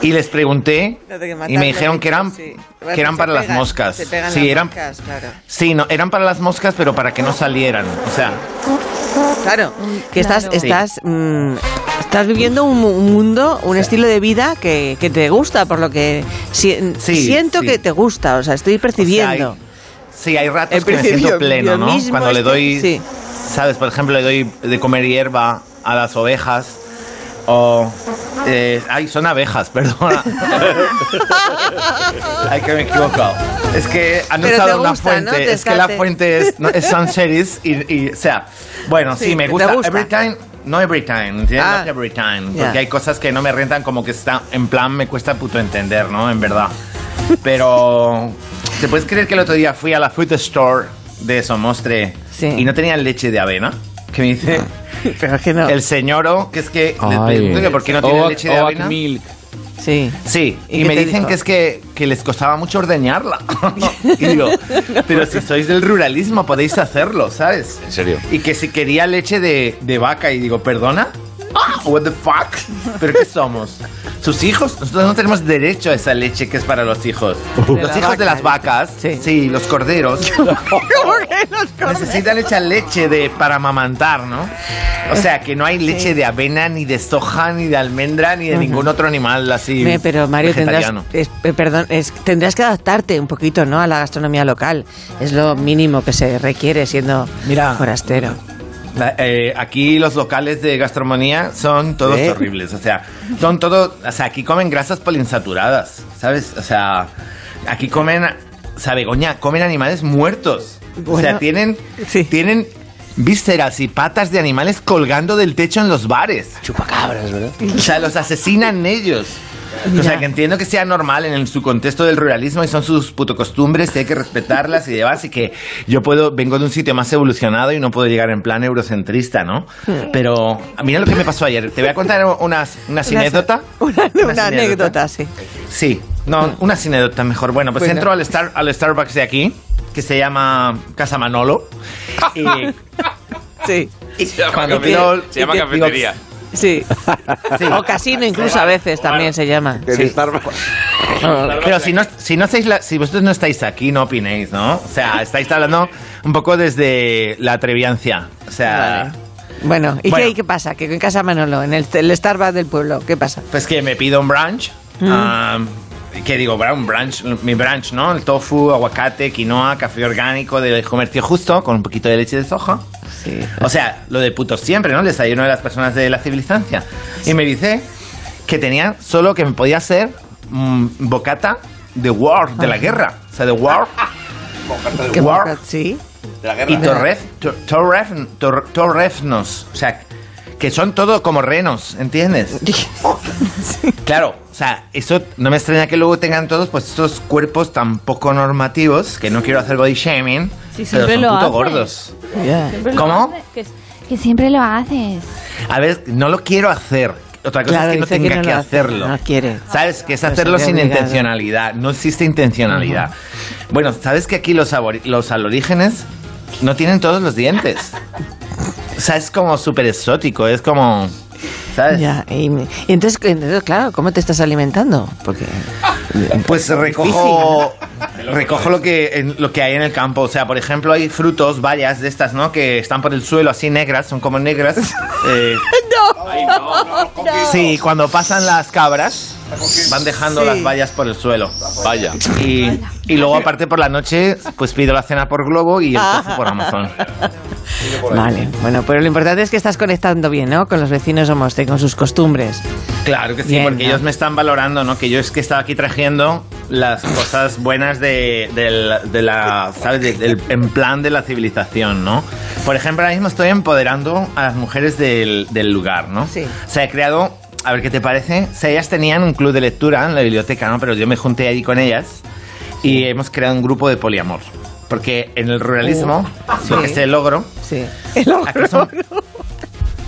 Speaker 5: Y les pregunté
Speaker 1: Lo de que
Speaker 5: y me
Speaker 1: matarlo,
Speaker 5: dijeron que eran,
Speaker 1: sí.
Speaker 5: que eran
Speaker 1: Se
Speaker 5: para las
Speaker 1: pegan,
Speaker 5: moscas.
Speaker 1: se pegan
Speaker 5: Sí,
Speaker 1: las
Speaker 5: eran,
Speaker 1: moscas, claro.
Speaker 5: sí, no, eran para las moscas, pero para que no salieran. O sea,
Speaker 1: Claro, que estás,
Speaker 5: claro.
Speaker 1: estás, mm, estás viviendo un, mu- un mundo, un estilo de vida que, que te gusta, por lo que si-
Speaker 5: Sí,
Speaker 1: siento
Speaker 5: sí.
Speaker 1: que te gusta, o sea, estoy percibiendo.
Speaker 5: Sí, hay ratos
Speaker 1: He
Speaker 5: que me
Speaker 1: percibido
Speaker 5: siento pleno,
Speaker 1: yo
Speaker 5: ¿no?
Speaker 1: mismo
Speaker 5: Cuando le
Speaker 1: esto,
Speaker 5: doy,
Speaker 1: sí.
Speaker 5: ¿sabes? Por ejemplo, le doy de comer hierba a las ovejas o... eh, ay, son abejas, [laughs] perdona.
Speaker 1: [laughs]
Speaker 5: ay, que me he equivocado. Es que han
Speaker 1: Pero te
Speaker 5: usado una
Speaker 1: gusta, ¿no?
Speaker 5: fuente.
Speaker 1: Te
Speaker 5: Es que la
Speaker 1: sale.
Speaker 5: fuente es, no, es Sanseris y, y, o sea, bueno, sí,
Speaker 1: Sí,
Speaker 5: me
Speaker 1: te
Speaker 5: gusta.
Speaker 1: gusta.
Speaker 5: Every time... No every time, ¿entiendes?
Speaker 1: Ah.
Speaker 5: Not every time. Porque
Speaker 1: Ya.
Speaker 5: hay cosas que no me rentan como que está... En plan, me cuesta puto entender, ¿no? En verdad.
Speaker 12: [laughs]
Speaker 5: Pero ¿te puedes creer que el otro día fui a la fruit store de Somostre y no tenían leche de avena? ¿Qué me dice?
Speaker 12: Ah. [laughs]
Speaker 5: El señoro, que es que le
Speaker 12: Ay.
Speaker 5: pregunto que por qué no tiene
Speaker 12: Oat-
Speaker 5: leche de
Speaker 12: oat
Speaker 5: avena.
Speaker 12: milk.
Speaker 1: Sí.
Speaker 5: Sí,
Speaker 12: ¿Y
Speaker 5: y,
Speaker 12: qué
Speaker 5: me
Speaker 12: te
Speaker 5: dicen
Speaker 12: dijo?
Speaker 5: que es que, que les costaba mucho ordeñarla. [laughs] y
Speaker 12: [laughs]
Speaker 5: digo, pero si sois del ruralismo podéis hacerlo, ¿sabes?
Speaker 2: En serio.
Speaker 5: Y que si quería leche de, de vaca y digo, ¿perdona? Ah, what the fuck? ¿Pero qué somos? ¿Sus hijos? Nosotros no tenemos derecho a esa leche que es para los hijos.
Speaker 1: Uh.
Speaker 12: la
Speaker 5: Los hijos de las vacas, sí, los
Speaker 1: [laughs]
Speaker 5: corderos, [laughs] necesitan esa leche de, para amamantar, ¿no? O sea, que no hay leche de avena, ni de soja, ni de almendra, ni de
Speaker 1: Ujú.
Speaker 5: ningún otro animal así
Speaker 1: Me- pero Mario tendrás,
Speaker 5: vegetariano.
Speaker 1: es- eh, perdón, es- tendrás que adaptarte un poquito, ¿no? A la gastronomía local. Es lo mínimo que se requiere siendo forastero.
Speaker 5: La- eh, aquí los locales de gastronomía son todos
Speaker 1: ¿Eh?
Speaker 5: horribles. O sea, son todos. O sea, aquí comen grasas poliinsaturadas, ¿sabes? O sea, aquí comen. O sea, Begoña, comen animales muertos. o
Speaker 12: Bueno,
Speaker 5: sea, tienen. Tienen vísceras y patas de animales colgando del techo en los bares. Chupacabras, ¿verdad? O sea, los asesinan ellos. O sea, que entiendo que sea normal en el- su contexto del ruralismo y son sus puto costumbres y hay que respetarlas y demás. Y que yo puedo, vengo de un sitio más evolucionado y no puedo llegar en plan eurocentrista, ¿no?
Speaker 1: Hmm.
Speaker 5: Pero mira lo que me pasó ayer. Te voy a contar unas, una anécdota.
Speaker 1: [laughs] Una,
Speaker 5: Una
Speaker 1: una anécdota, sí. Hmm.
Speaker 5: Sí, no, una anécdota mejor. Bueno, pues
Speaker 1: Bueno.
Speaker 5: entro al, Star, al Starbucks de aquí, que se llama Casa Manolo. Y,
Speaker 1: sí.
Speaker 5: Se llama,
Speaker 1: cafetería. Se llama cafetería. Sí. O casino incluso a veces también se llama. Sí.
Speaker 5: Pero si no, si no estáis la- si vosotros no estáis aquí, no opinéis, ¿no? O sea, estáis hablando un poco desde la atreviancia. O sea.
Speaker 1: Bueno, ¿y
Speaker 5: Bueno.
Speaker 1: Qué, y qué pasa? Que en casa Manolo, en el, el Starbucks del pueblo, ¿qué pasa?
Speaker 5: Pues que me pido un brunch.
Speaker 1: Mm.
Speaker 5: am, que digo, bra- un brunch, mi brunch, ¿no? El tofu, aguacate, quinoa, café orgánico del comercio justo, con un poquito de leche de soja. O sea, lo de putos siempre, ¿no? El desayuno de las personas de la civilizancia. Y me dice que tenía solo que me podía hacer mm, bocata de war, de la
Speaker 12: Ajá.
Speaker 5: guerra. O sea, de war.
Speaker 12: de
Speaker 5: ¿Qué
Speaker 12: war.
Speaker 5: bocata?
Speaker 1: Sí.
Speaker 5: De la guerra. Y torref, tor- torref- tor- torrefnos. O sea, que son todo como renos, ¿entiendes? Claro, o sea, eso no me extraña que luego tengan todos pues estos cuerpos tan poco normativos, que no quiero hacer body shaming,
Speaker 15: Sí,
Speaker 5: pero
Speaker 15: siempre
Speaker 5: son
Speaker 15: lo
Speaker 5: puto
Speaker 15: haces.
Speaker 5: gordos.
Speaker 15: Siempre lo
Speaker 5: ¿Cómo?
Speaker 15: haces, Que, que siempre lo haces.
Speaker 5: A ver, no lo quiero hacer. Otra cosa
Speaker 1: Claro,
Speaker 5: es que no
Speaker 1: dice que
Speaker 5: tenga que,
Speaker 1: no lo hace,
Speaker 5: hacerlo.
Speaker 1: no quiere.
Speaker 5: ¿Sabes? Que es
Speaker 1: Pero
Speaker 5: hacerlo
Speaker 1: se ve
Speaker 5: sin
Speaker 1: obligado.
Speaker 5: intencionalidad. No existe intencionalidad. Bueno, ¿sabes que aquí los, abori- los alorígenes no tienen todos los dientes? O sea, es como súper exótico. Es como. ¿Sabes?
Speaker 1: Ya, y, y entonces, entonces, claro, ¿cómo te estás alimentando? Porque
Speaker 5: Pues recojo, recojo lo que en- lo que hay en el campo. O sea, por ejemplo, hay frutos, bayas de estas, ¿no? Que están por el suelo así negras, son como negras.
Speaker 1: [laughs]
Speaker 5: Eh,
Speaker 12: No.
Speaker 5: sí, cuando pasan las cabras, van dejando
Speaker 12: Sí.
Speaker 5: las bayas por el suelo.
Speaker 2: Vaya.
Speaker 5: Y, y luego aparte por la noche, pues pido la cena por Globo y el tofu por Amazon.
Speaker 1: Vale, bueno, pero lo importante es que estás conectando bien, ¿no? Con los vecinos somos, eh, con sus costumbres.
Speaker 5: Claro que sí,
Speaker 1: Bien,
Speaker 5: porque
Speaker 1: ¿no?
Speaker 5: ellos me están valorando, ¿no? Que yo es que estaba aquí trayendo las cosas buenas de, del- de la, ¿sabes? De- del- en plan de la civilización, ¿no? Por ejemplo, ahora mismo estoy empoderando a las mujeres del, del lugar, ¿no? Sí. Se ha creado, a ver qué te parece, o sea, ellas tenían un club de lectura en la biblioteca, ¿no? Pero yo me junté allí con ellas y hemos creado un grupo de poliamor. Porque en el ruralismo,
Speaker 1: Uh,
Speaker 5: lo que
Speaker 1: sí.
Speaker 5: se logro,
Speaker 1: Sí.
Speaker 5: Aquí, son-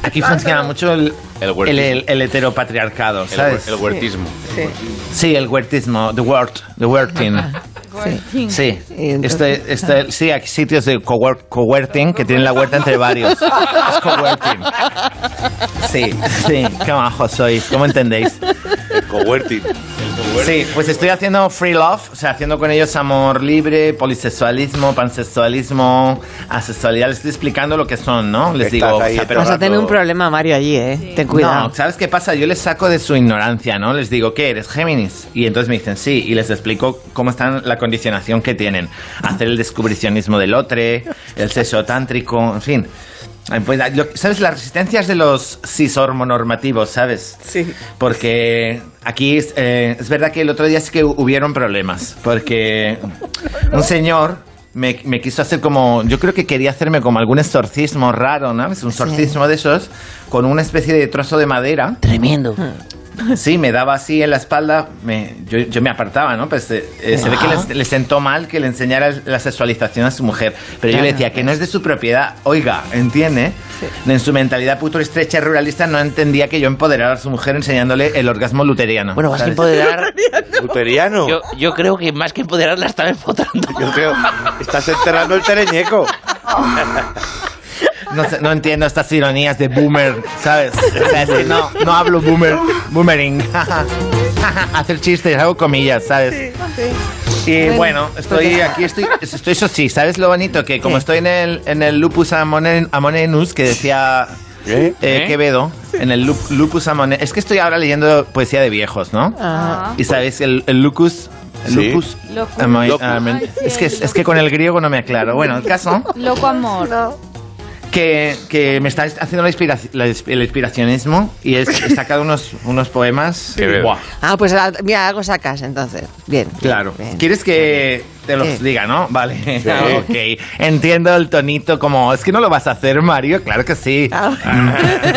Speaker 5: aquí funciona mucho el, el, el- el heteropatriarcado,
Speaker 2: El
Speaker 5: ¿sabes?
Speaker 2: huer- el huertismo.
Speaker 5: Sí, el huertismo, the word, the huerting. Sí, este, este, sí, hay sitios de cowork- coworking que tienen la huerta entre [laughs] varios. Es coworking. Sí, sí, qué majos sois, ¿cómo entendéis?
Speaker 3: Cowerting.
Speaker 5: Sí, pues estoy haciendo free love, o sea, haciendo con ellos amor libre, polisexualismo, pansexualismo, asexualidad. Les estoy explicando lo que son, ¿no? Les digo, o sea, pero-
Speaker 1: Vas a tener un problema, Mario, allí, ¿eh? Ten cuidado.
Speaker 5: No, ¿sabes qué pasa? Yo les saco de su ignorancia, ¿no? Les digo, ¿qué eres? Géminis. Y entonces me dicen, sí. Y les explico cómo está la condicionación que tienen. Hacer el descubricionismo del otro, el sexo tántrico, en fin. Eh, Pues, lo- ¿Sabes? Las resistencias de los cis-hormonormativos, ¿sabes? Sí. Porque aquí es, eh, es verdad que el otro día sí que hu- hubieron problemas. Porque un señor me, me quiso hacer como. Yo creo que quería hacerme como algún exorcismo raro, ¿no? Es un exorcismo de esos, con una especie de trozo de madera. Tremendo. [laughs] Sí, me daba así en la espalda, me- yo, yo me apartaba, ¿no? Pues eh, eh, se ve que
Speaker 12: Ajá.
Speaker 5: les- le sentó mal que le enseñara la sexualización a su mujer. Pero yo
Speaker 12: Claro.
Speaker 5: le decía que no es de su propiedad, oiga, ¿entiende? En su mentalidad puto estrecha ruralista no entendía que yo empoderara a su mujer enseñándole el orgasmo luteriano.
Speaker 7: Bueno, vas a
Speaker 5: ¿sabes?
Speaker 7: empoderar.
Speaker 5: ¿Luteriano?
Speaker 7: Yo, yo creo que más que empoderarla, estaba empoderando.
Speaker 5: Yo creo, estás enterrando
Speaker 1: [laughs]
Speaker 5: el tereñeco. No, sé, no entiendo estas ironías de boomer, ¿sabes? O sea, es que no, no hablo boomer, boomering. [laughs] Hacer chistes, hago comillas, ¿sabes? Y bueno, estoy aquí, estoy, estoy eso sí, ¿sabes lo bonito? Que como estoy en el, en el lupus amone- amonenus que decía eh,
Speaker 12: ¿Eh?
Speaker 5: Quevedo, en el lup- lupus amonenus, es que estoy ahora leyendo poesía de viejos, ¿no?
Speaker 12: Ah.
Speaker 5: Y sabes, el, el lucus... el
Speaker 12: Sí.
Speaker 5: Lupus.
Speaker 4: Locus.
Speaker 5: Am I-
Speaker 4: Locus.
Speaker 5: am I-
Speaker 4: Ay, sí,
Speaker 5: es, que,
Speaker 4: el
Speaker 5: es que con el griego no me aclaro. Bueno, el caso
Speaker 4: Loco amor.
Speaker 5: que, que me está haciendo la inspiraci- la ins- el inspiracionismo y es- he sacado unos, unos poemas. Buah,
Speaker 1: Ah, pues ah, mira, algo sacas entonces. Bien.
Speaker 5: claro. ¿Quieres que te los
Speaker 1: Sí.
Speaker 5: diga, no? Vale. [laughs] Ah, ok. Entiendo el tonito como, es que no lo vas a hacer, Mario. Claro que sí.
Speaker 1: Ah.
Speaker 5: [laughs]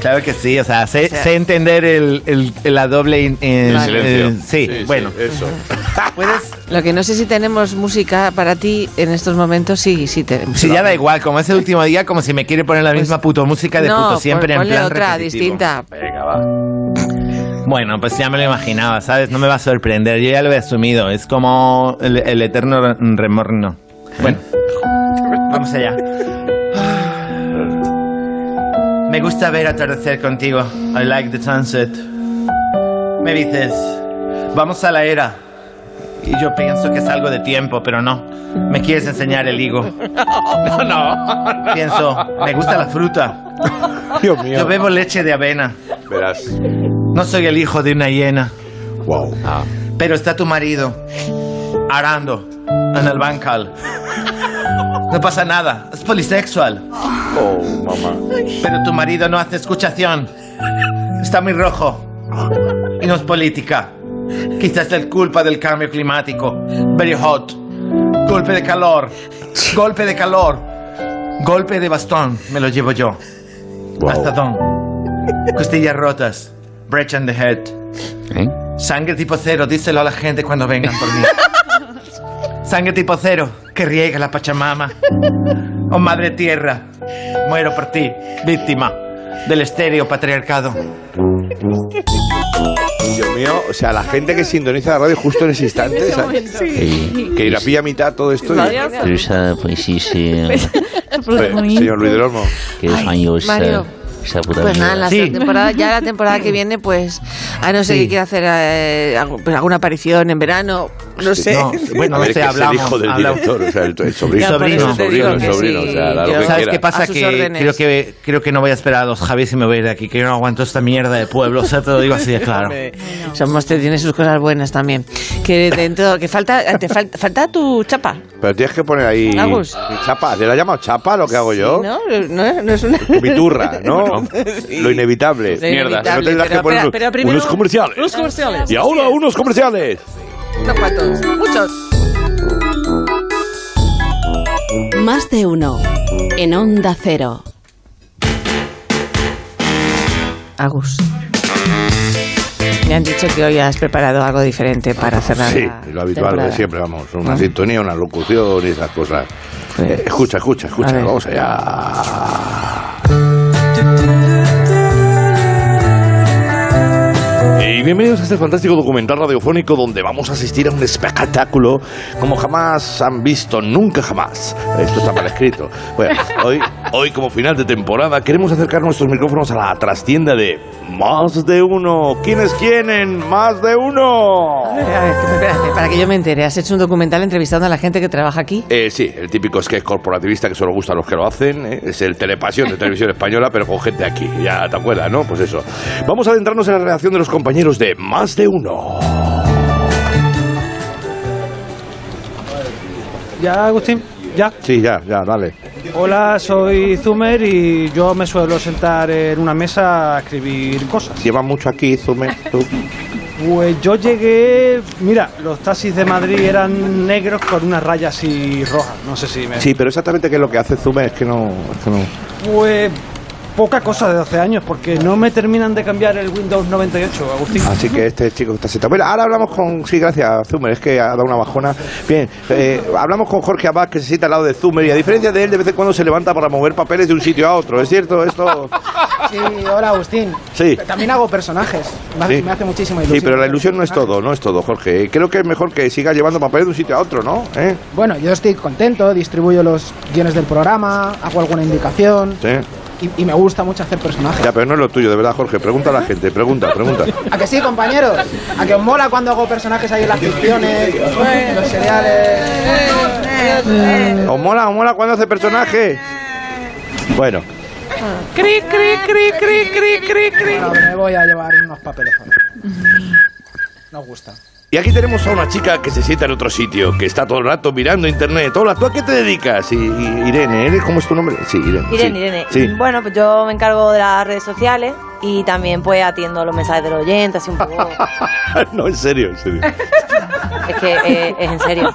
Speaker 5: claro que sí. O sea, sé,
Speaker 12: O sea-
Speaker 5: sé entender el, el- la doble... in- eh,
Speaker 12: Vale.
Speaker 5: eh, sí, bueno.
Speaker 3: eso.
Speaker 1: Lo que no sé si tenemos música para ti en estos momentos, sí, sí tenemos.
Speaker 5: Si ya da igual, como es el último día, como si me quiere poner la misma puto música de
Speaker 1: Pues no,
Speaker 5: puto siempre
Speaker 1: pon-
Speaker 5: en plan
Speaker 1: ponle otra
Speaker 5: repetitivo.
Speaker 1: distinta. [laughs]
Speaker 5: Bueno, pues ya me lo imaginaba, ¿sabes? No me va a sorprender, yo ya lo he asumido. Es como el, el eterno re- remorno. Bueno, vamos allá. Me gusta ver atardecer contigo. I like the sunset. Me dices, vamos a la era. Y yo pienso que es algo de tiempo, pero no. Me quieres enseñar el higo.
Speaker 12: [laughs] No, no.
Speaker 5: Pienso, me gusta la fruta.
Speaker 12: Dios mío.
Speaker 5: Yo bebo leche de avena. Verás. No soy el hijo de una hiena. Wow.
Speaker 3: Ah.
Speaker 5: Pero está tu marido arando en el bancal. No pasa nada, es polisexual.
Speaker 3: Oh, mamá.
Speaker 5: Pero tu marido no hace escuchación. Está muy rojo. Y no es política. Quizás es culpa del cambio climático. Very hot. Golpe de calor. Golpe de calor. Golpe de bastón. Me lo llevo yo. Bastadón. Costillas rotas. Breach on the head. Sangre tipo cero. Díselo a la gente cuando vengan por mí. Sangre tipo cero. Que riega la Pachamama. Oh madre tierra, muero por ti, víctima del estéreo patriarcado.
Speaker 3: [laughs] Dios mío, o sea, la gente que sintoniza la radio justo en ese instante, ¿sabes? Que la pilla a mitad todo esto. y-
Speaker 7: Pero esa, pues sí, sí.
Speaker 1: [laughs]
Speaker 7: Pues,
Speaker 3: Sí, señor Luis del Olmo.
Speaker 7: Que dos años. eh,
Speaker 1: Mario.
Speaker 7: Esa puta
Speaker 1: Pues nada,
Speaker 7: mierda.
Speaker 1: la temporada, ya la temporada que viene, pues, a no ser que quiera hacer eh, algo- pues, alguna aparición en verano, no sé.
Speaker 5: No,
Speaker 1: [laughs]
Speaker 5: bueno,
Speaker 3: A
Speaker 5: no
Speaker 3: ver,
Speaker 5: sé,
Speaker 3: que
Speaker 5: hablamos.
Speaker 3: Es el hijo del
Speaker 5: hablamos.
Speaker 3: director, o sea, el, el sobrino.
Speaker 5: Ya, por eso
Speaker 3: el
Speaker 5: te
Speaker 3: sobrino,
Speaker 5: digo
Speaker 3: el
Speaker 5: que
Speaker 3: sobrino,
Speaker 5: sí,
Speaker 3: o sea, da lo
Speaker 5: yo-
Speaker 3: que
Speaker 5: ¿Sabes
Speaker 3: quiera.
Speaker 5: qué pasa? Que creo, que creo que no voy a esperar a dos Javis y me voy a ir de aquí, que yo no aguanto esta mierda de pueblo, o sea, te lo digo así
Speaker 1: [laughs]
Speaker 5: de claro.
Speaker 1: Somos te tiene sus cosas buenas también. Que dentro, que falta, te falta, falta tu chapa.
Speaker 3: Pero tienes que poner ahí.
Speaker 1: Agus.
Speaker 3: Mi chapa. ¿Le la llamo chapa lo que hago yo?
Speaker 1: ¿No? No, no es una.
Speaker 3: Tu
Speaker 1: [laughs]
Speaker 3: Piturra, ¿no? Lo inevitable.
Speaker 1: Lo inevitable,
Speaker 3: Pero no tendrás
Speaker 1: pero
Speaker 3: que poner
Speaker 1: espera, pero primero-
Speaker 3: unos comerciales.
Speaker 1: Unos comerciales.
Speaker 3: Y ahora unos comerciales.
Speaker 1: Unos cuantos. Muchos.
Speaker 10: Más de uno. En Onda Cero.
Speaker 1: Agus. Me han dicho que hoy has preparado algo diferente para cerrar.
Speaker 3: Sí,
Speaker 1: la
Speaker 3: lo habitual
Speaker 1: temporada.
Speaker 3: de siempre, vamos. Una
Speaker 1: Ah.
Speaker 3: sintonía, una locución y esas cosas.
Speaker 1: Pues,
Speaker 3: Eh, escucha, escucha, escucha. Vamos allá.
Speaker 9: Y
Speaker 3: bienvenidos a este fantástico documental radiofónico donde vamos a asistir a un espectáculo como jamás han visto, nunca jamás. Esto está mal escrito. Bueno, hoy, hoy como final de temporada queremos acercar nuestros micrófonos a la trastienda de Más de Uno. ¿Quiénes quieren? Más de Uno.
Speaker 1: A ver, a ver, espérate, para que yo me entere, has hecho un documental entrevistando a la gente que trabaja aquí.
Speaker 3: Eh, sí, el típico sketch corporativista que solo gusta a los que lo hacen. ¿eh? Es el telepasión de televisión española, pero con gente aquí. Ya te acuerdas, ¿no? Pues eso. Vamos a adentrarnos en la relación de los compañeros de Más de Uno.
Speaker 16: ¿Ya, Agustín? ¿Ya?
Speaker 3: Sí, ya, ya, dale.
Speaker 16: Hola, soy Zumer y yo me suelo sentar en una mesa a escribir cosas.
Speaker 3: Llevas mucho aquí, Zumer,
Speaker 16: [laughs]
Speaker 3: tú.
Speaker 16: Pues yo llegué, mira, los taxis de Madrid eran negros con unas rayas así rojas, no sé si me...
Speaker 3: Sí, pero exactamente qué es lo que hace Zumer es que no... Es que no.
Speaker 16: Pues poca cosa de hace años, porque no me terminan de cambiar el Windows 98,
Speaker 3: [laughs]
Speaker 16: Agustín.
Speaker 3: Así que este chico está sentado. Bueno, ahora hablamos con. Sí, gracias, Zumer, es que ha dado una bajona. Bien, eh, hablamos con Jorge Abad, que se sienta al lado de Zumer, y a diferencia de él, de vez en cuando se levanta para mover papeles de un sitio a otro, ¿es cierto? Esto.
Speaker 17: Sí, hola Agustín.
Speaker 3: Sí.
Speaker 17: También hago personajes. Me, hace-
Speaker 3: Sí.
Speaker 17: me hace muchísima ilusión.
Speaker 3: Sí, pero la ilusión no es todo, no es todo, Jorge. Creo que es mejor que siga llevando papeles de un sitio a otro, ¿no? ¿Eh?
Speaker 17: Bueno, yo estoy contento, distribuyo los guiones del programa, hago alguna indicación
Speaker 3: Sí.
Speaker 17: y, y me gusta mucho hacer personajes.
Speaker 3: Ya, pero no es lo tuyo, de verdad, Jorge. Pregunta a la gente, pregunta, pregunta.
Speaker 17: ¿A que sí, compañeros? ¿A que os mola cuando hago personajes ahí en las ficciones, en los seriales?
Speaker 3: ¿Os mola, os mola cuando hace personaje? Bueno,
Speaker 17: Cri, cri, cri, cri, cri, cri, cri. me voy a llevar unos papeles. Nos gusta.
Speaker 3: y aquí tenemos a una chica que se sienta en otro sitio, que está todo el rato mirando internet. Hola, ¿tú a qué te dedicas? Y, y- Irene, ¿eres cómo es tu nombre? Sí, Irene.
Speaker 18: Irene,
Speaker 3: sí.
Speaker 18: Irene.
Speaker 3: Sí. [laughs]
Speaker 18: Bueno, pues yo me encargo de las redes sociales y también pues atiendo los mensajes de los oyentes, así un
Speaker 11: [laughs]
Speaker 18: poco...
Speaker 3: no, en serio,
Speaker 18: [laughs]
Speaker 3: en serio.
Speaker 18: es que eh, es en serio.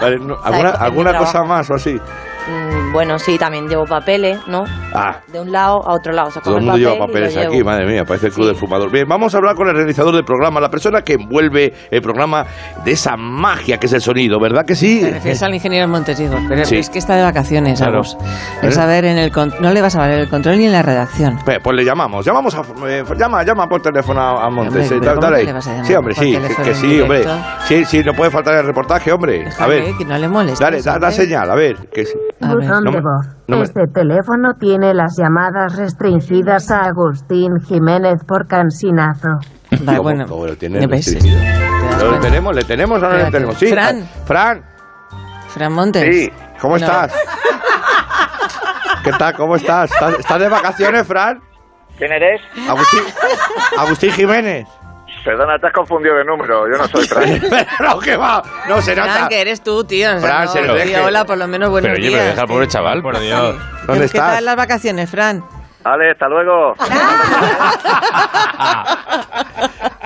Speaker 3: Vale, no, ¿Alguna,
Speaker 18: porque es mi
Speaker 3: alguna
Speaker 18: trabajo.
Speaker 3: cosa más o así?
Speaker 18: Mm, bueno, sí, también llevo papeles, ¿no?
Speaker 3: Ah,
Speaker 18: De un lado a otro lado. O sea,
Speaker 3: Todo
Speaker 18: cojo
Speaker 3: el
Speaker 18: el
Speaker 3: mundo
Speaker 18: papel
Speaker 3: lleva
Speaker 18: y
Speaker 3: papeles
Speaker 18: lo
Speaker 3: aquí,
Speaker 18: llevo.
Speaker 3: madre mía, parece el club del fumador. Bien, vamos a hablar con el realizador del programa, la persona que envuelve el programa de esa magia que es el sonido, ¿verdad que sí?
Speaker 1: Te refieres al ingeniero Montesigo, pero
Speaker 3: Sí.
Speaker 1: es que está de vacaciones,
Speaker 3: Claro.
Speaker 1: Agus. Es a ver en el con- no le vas a valer el control ni en la redacción.
Speaker 3: Pues, pues le llamamos, llamamos a, eh, llama, llama por teléfono a, a Montes.
Speaker 1: Hombre,
Speaker 3: eh,
Speaker 1: pero
Speaker 3: dale,
Speaker 1: ¿cómo
Speaker 3: dale
Speaker 1: que
Speaker 3: ahí.
Speaker 1: le vas a llamar
Speaker 3: sí, hombre,
Speaker 1: por
Speaker 3: sí,
Speaker 1: teléfono
Speaker 3: que, que
Speaker 1: en
Speaker 3: sí, hombre.
Speaker 1: directo?
Speaker 3: Sí, sí, no puede faltar el reportaje, hombre. A
Speaker 1: Déjale,
Speaker 3: ver.
Speaker 1: que no le molestes, ¿eh?
Speaker 3: Dale, da, da
Speaker 1: hombre.
Speaker 3: señal, a ver. Que sí.
Speaker 19: Buzón
Speaker 3: No me-
Speaker 19: de voz.
Speaker 3: no [laughs] me-
Speaker 19: Este teléfono tiene las llamadas restringidas a Agustín Jiménez por cansinazo.
Speaker 3: ¿Cómo- cómo lo tiene restringido? ¿Lo tenemos? ¿Le tenemos o no le
Speaker 1: Espérate.
Speaker 3: tenemos? Sí,
Speaker 1: Fran.
Speaker 3: ah, Fran.
Speaker 1: Fran Montes.
Speaker 3: Sí, ¿cómo
Speaker 1: No.
Speaker 3: estás? ¿Qué tal? ¿Cómo estás? ¿Estás, estás de vacaciones, Fran?
Speaker 20: ¿Quién eres?
Speaker 3: Agustín, Agustín Jiménez.
Speaker 20: Perdona, te has confundido de número. Yo no soy Fran.
Speaker 3: Pero que va, no se
Speaker 1: Fran,
Speaker 3: nota.
Speaker 1: que eres tú, tío. O sea,
Speaker 3: Fran,
Speaker 1: no,
Speaker 3: se lo
Speaker 1: tío,
Speaker 3: deje.
Speaker 1: Hola, por lo menos buenos
Speaker 2: Pero oye,
Speaker 1: días.
Speaker 2: pero deja al pobre chaval, por Dios.
Speaker 1: ¿Qué tal las vacaciones, Fran?
Speaker 20: Vale, hasta luego.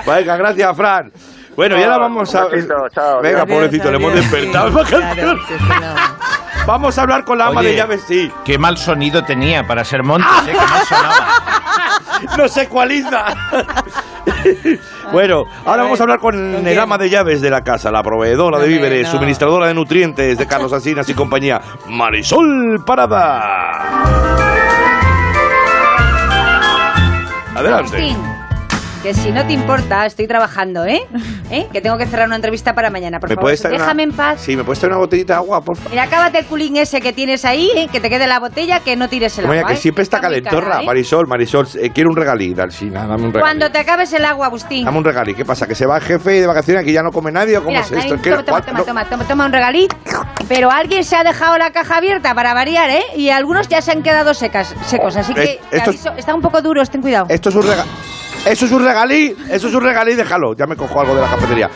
Speaker 3: Venga, gracias, Fran. Bueno, y ahora vamos a. Venga,
Speaker 8: Adiós,
Speaker 3: pobrecito, le hemos
Speaker 8: adiós.
Speaker 3: despertado. [laughs]
Speaker 1: Claro, sí, sí, no.
Speaker 3: Vamos a hablar con la ama
Speaker 8: Oye,
Speaker 3: de llaves, sí.
Speaker 8: Qué mal sonido tenía para ser Montes, ¿eh? Qué mal sonaba.
Speaker 3: No se cualiza. bueno, ahora vamos a hablar con el ama de llaves de la casa, la proveedora de
Speaker 8: Hombre,
Speaker 3: víveres,
Speaker 8: no.
Speaker 3: suministradora de nutrientes de Carlos Asinas y compañía, Marisol Parada. Adelante.
Speaker 21: Agustín, que si no te importa, estoy
Speaker 18: [laughs]
Speaker 21: trabajando, ¿eh? ¿Eh? Que tengo que cerrar una entrevista para mañana, por
Speaker 3: ¿Me
Speaker 21: favor.
Speaker 3: puedes traer una-
Speaker 21: Déjame en paz. Eh,
Speaker 3: Sí, ¿me puedes traer una botellita de agua, por favor?
Speaker 21: Mira, acábate el culín ese que tienes ahí, ¿eh? que te quede la botella, que no tires el
Speaker 3: Mira,
Speaker 21: agua.
Speaker 3: que
Speaker 21: ¿eh?
Speaker 3: siempre está
Speaker 21: muy
Speaker 3: calentorra.
Speaker 21: cara, ¿eh?
Speaker 3: Marisol, Marisol, eh, quiero un regalito, al final, dame un regalito.
Speaker 21: Cuando te acabes el agua, Agustín.
Speaker 3: Dame un regalito. ¿Qué pasa? ¿Que se va el jefe y de vacaciones aquí ya no come nadie o cómo
Speaker 21: Mira,
Speaker 3: es esto?
Speaker 21: ahí,
Speaker 3: Es que-
Speaker 21: toma, toma,
Speaker 3: ¿cuál-
Speaker 21: toma, toma, toma, toma un regalito. Pero alguien se ha dejado la caja abierta para variar, ¿eh? Y algunos ya se han quedado secas, secos, así que
Speaker 3: Eh,
Speaker 21: te
Speaker 3: esto-
Speaker 21: aviso, está un poco duros, ten cuidado.
Speaker 3: Esto es un regalo. Eso es un regalí, eso es un regalí, déjalo, ya me cojo algo de la cafetería.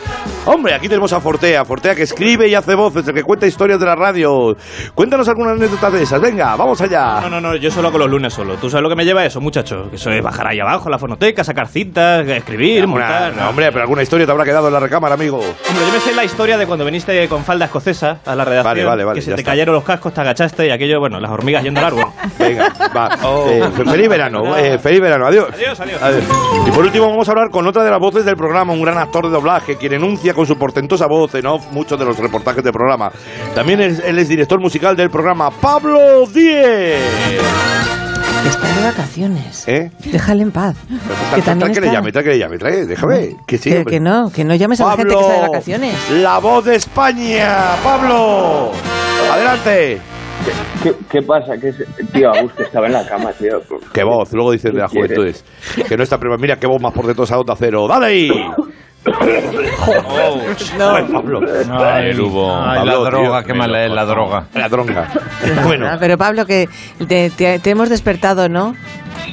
Speaker 3: Hombre, aquí tenemos a Fortea, Fortea que escribe y hace voces, el que cuenta historias de la radio. Cuéntanos alguna anécdota de esas, venga, vamos allá.
Speaker 22: No, no, no, yo solo hago los lunes solo. ¿Tú sabes lo que me lleva eso, muchacho? Que eso es bajar ahí abajo a la fonoteca, sacar citas, escribir, montar.
Speaker 3: no, hombre, pero alguna historia te habrá quedado en la recámara, amigo.
Speaker 22: Hombre, yo me sé la historia de cuando viniste con falda escocesa a la redacción.
Speaker 3: Vale, vale, vale,
Speaker 22: Que se
Speaker 3: ya
Speaker 22: te
Speaker 3: está.
Speaker 22: cayeron los cascos, te agachaste y aquello, bueno, las hormigas yendo al árbol.
Speaker 3: [laughs]
Speaker 22: Oh.
Speaker 3: Venga, va.
Speaker 22: [laughs]
Speaker 3: Eh, fe- feliz verano, eh, feliz verano, adiós.
Speaker 22: Adiós, adiós.
Speaker 3: Y por último vamos a hablar con otra de las voces del programa, un gran actor de doblaje, quien enuncia con su portentosa voz en off muchos de los reportajes del programa. También es- él es director musical del programa, Pablo Díez.
Speaker 1: Que está de vacaciones.
Speaker 3: ¿Eh?
Speaker 1: Déjale en paz.
Speaker 3: Tra- tra- tra- que le llame, tra- que le llame, tra- que- déjame. Que sí,
Speaker 1: Que-
Speaker 3: hombre.
Speaker 1: que no, que no llames a la gente que está de
Speaker 3: Pablo,
Speaker 1: vacaciones.
Speaker 3: La voz de España, Pablo. Adelante.
Speaker 6: ¿Qué, qué pasa? ¿Qué se- tío, Agus, que estaba en la cama, tío.
Speaker 3: Qué voz, luego dicen de las
Speaker 6: ¿Qué quieres?
Speaker 3: juventudes. Que no está prima. Mira, qué voz más por detrás a onda cero. ¡Dale ahí! Joder, Pablo.
Speaker 5: Ay,
Speaker 3: Ah, el hubo.
Speaker 5: ¿eh? ay, la droga, qué mala es la droga.
Speaker 3: La droga.
Speaker 1: Ah, pero Pablo, que te, te- te hemos despertado, ¿no?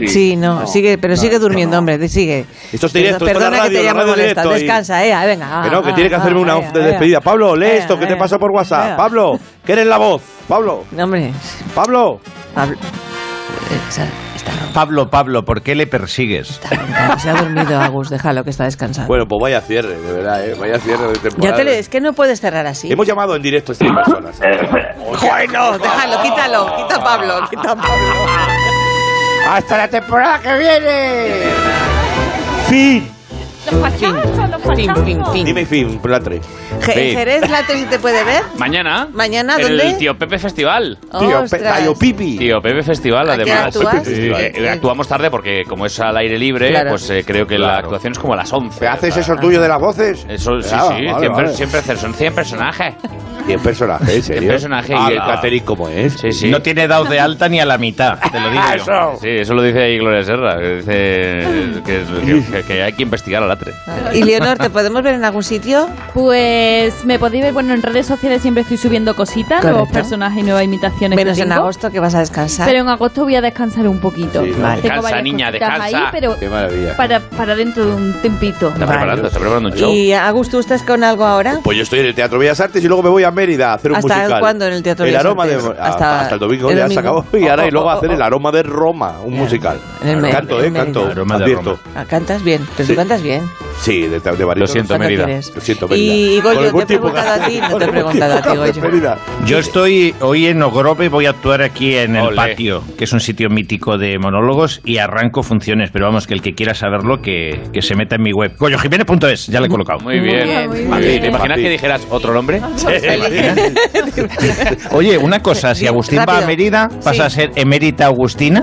Speaker 3: Sí.
Speaker 1: no,
Speaker 3: No,
Speaker 1: sigue, pero
Speaker 3: no,
Speaker 1: sigue durmiendo, hombre, de- sigue.
Speaker 3: Esto es directo, esto es la
Speaker 1: Perdona que te
Speaker 3: radio, la
Speaker 1: llamo
Speaker 3: radio
Speaker 1: molesta,
Speaker 3: directo y-
Speaker 1: descansa, eh, ah, venga.
Speaker 3: Que
Speaker 1: ah,
Speaker 3: no, que
Speaker 1: ah,
Speaker 3: tiene que
Speaker 1: ah,
Speaker 3: hacerme una
Speaker 1: ah,
Speaker 3: off de
Speaker 1: ah,
Speaker 3: despedida.
Speaker 1: ah.
Speaker 3: Pablo, lee esto que te
Speaker 1: ah,
Speaker 3: pasa por WhatsApp.
Speaker 1: ah.
Speaker 3: Pablo, que eres la voz. Pablo.
Speaker 1: No, hombre.
Speaker 3: Pablo.
Speaker 1: Pablo. Eh,
Speaker 5: Pablo, Pablo, ¿por qué le persigues?
Speaker 1: Ah, Se ha dormido Agus, déjalo que está descansando.
Speaker 3: Bueno, pues vaya cierre, de verdad, ¿eh? Vaya cierre de temporada.
Speaker 1: ya te le- es que no puedes cerrar así.
Speaker 3: Hemos llamado en directo a este estas personas.
Speaker 1: Bueno, déjalo, quítalo, quita a Pablo, quita a Pablo.
Speaker 3: ¡Hasta la temporada que viene! ¡Fin!
Speaker 1: Fin, fin, fin.
Speaker 3: Dime fin, por la 3.
Speaker 1: Je- Jerez Latre si te puede ver.
Speaker 2: Mañana.
Speaker 1: Mañana,
Speaker 2: en
Speaker 1: ¿dónde?
Speaker 2: El Tío Pepe Festival.
Speaker 1: Tío Pe- Ostras. Tío
Speaker 3: Pipi.
Speaker 2: Tío Pepe Festival,
Speaker 1: qué hora
Speaker 2: además.
Speaker 1: actúas?
Speaker 2: Sí, eh, eh, actuamos tarde porque, como es al aire libre,
Speaker 3: Claro.
Speaker 2: pues eh, creo que la actuación es como a las 11.
Speaker 3: ¿Haces eso tuyo de las voces?
Speaker 2: Eso, sí,
Speaker 3: Ah,
Speaker 2: sí,
Speaker 3: vale,
Speaker 2: siempre,
Speaker 3: vale.
Speaker 2: siempre hacer- son 100 personajes.
Speaker 3: 100 personajes, ¿en serio?
Speaker 2: personajes y
Speaker 3: Ah,
Speaker 2: el
Speaker 3: el catering cómo es.
Speaker 2: Sí, sí.
Speaker 5: No tiene dados de alta ni a la mitad, te lo digo yo.
Speaker 2: Sí, [laughs] eso lo dice ahí Gloria Serra, que dice eh, que, que- que hay que investigar al atre.
Speaker 1: Y Leonor, ¿te podemos ver en algún sitio?
Speaker 14: Pues me podéis ver, bueno, en redes sociales siempre estoy subiendo cositas, nuevos
Speaker 1: Correcto.
Speaker 14: personajes y nuevas imitaciones. que
Speaker 1: Menos en
Speaker 14: tengo.
Speaker 1: agosto que vas a descansar.
Speaker 14: Pero en agosto voy a descansar un poquito.
Speaker 1: Sí, vale.
Speaker 14: Tengo
Speaker 1: Descansa,
Speaker 14: varias
Speaker 1: niña,
Speaker 14: cositas
Speaker 1: descansa.
Speaker 14: Ahí, pero
Speaker 1: Qué maravilla.
Speaker 14: Para, para dentro de un tempito.
Speaker 3: Está preparando, está preparando un show.
Speaker 1: ¿Y Agus, tú estás con algo ahora?
Speaker 3: Pues yo estoy en el Teatro Bellas Artes y luego me voy a Mérida a hacer un
Speaker 1: ¿Hasta
Speaker 3: musical.
Speaker 1: cuándo en el Teatro
Speaker 3: el
Speaker 1: Bellas
Speaker 3: aroma
Speaker 1: Artes?
Speaker 3: De, hasta,
Speaker 1: Hasta-
Speaker 3: hasta el domingo
Speaker 1: el
Speaker 3: ya se
Speaker 1: domingo.
Speaker 3: acabó. Y ahora
Speaker 1: Oh,
Speaker 3: y luego
Speaker 1: oh,
Speaker 3: hacer
Speaker 1: oh,
Speaker 3: el aroma de Roma, un musical.
Speaker 1: En el Mérida,
Speaker 3: canto,
Speaker 1: en
Speaker 3: eh,
Speaker 1: el
Speaker 3: canto.
Speaker 1: Mérida. Aroma de
Speaker 3: Advierto.
Speaker 1: Ah, cantas bien, pero tú cantas bien.
Speaker 3: Sí, de, de barítono.
Speaker 2: Lo siento,
Speaker 1: ¿Cuánto Mérida. quieres?
Speaker 3: Lo siento, Mérida.
Speaker 1: Y, y
Speaker 3: Con el
Speaker 1: Goyo, te he
Speaker 3: múltiplo
Speaker 1: preguntado a ti, no te he
Speaker 3: [laughs]
Speaker 1: preguntado a ti, Goyo.
Speaker 5: Yo estoy hoy en Ogrove, voy a actuar aquí en el patio, que es un sitio mítico de monólogos, y arranco funciones, pero vamos, que el que quiera saberlo, que, que se meta en mi web. GoyoJiménez.es, ya le he colocado.
Speaker 2: Muy bien. ¿Te imaginas que dijeras otro nombre?
Speaker 5: Oye, una cosa, si Agustín va
Speaker 2: rápido.
Speaker 5: a Mérida, pasa
Speaker 2: Sí.
Speaker 5: a ser emérita Agustina.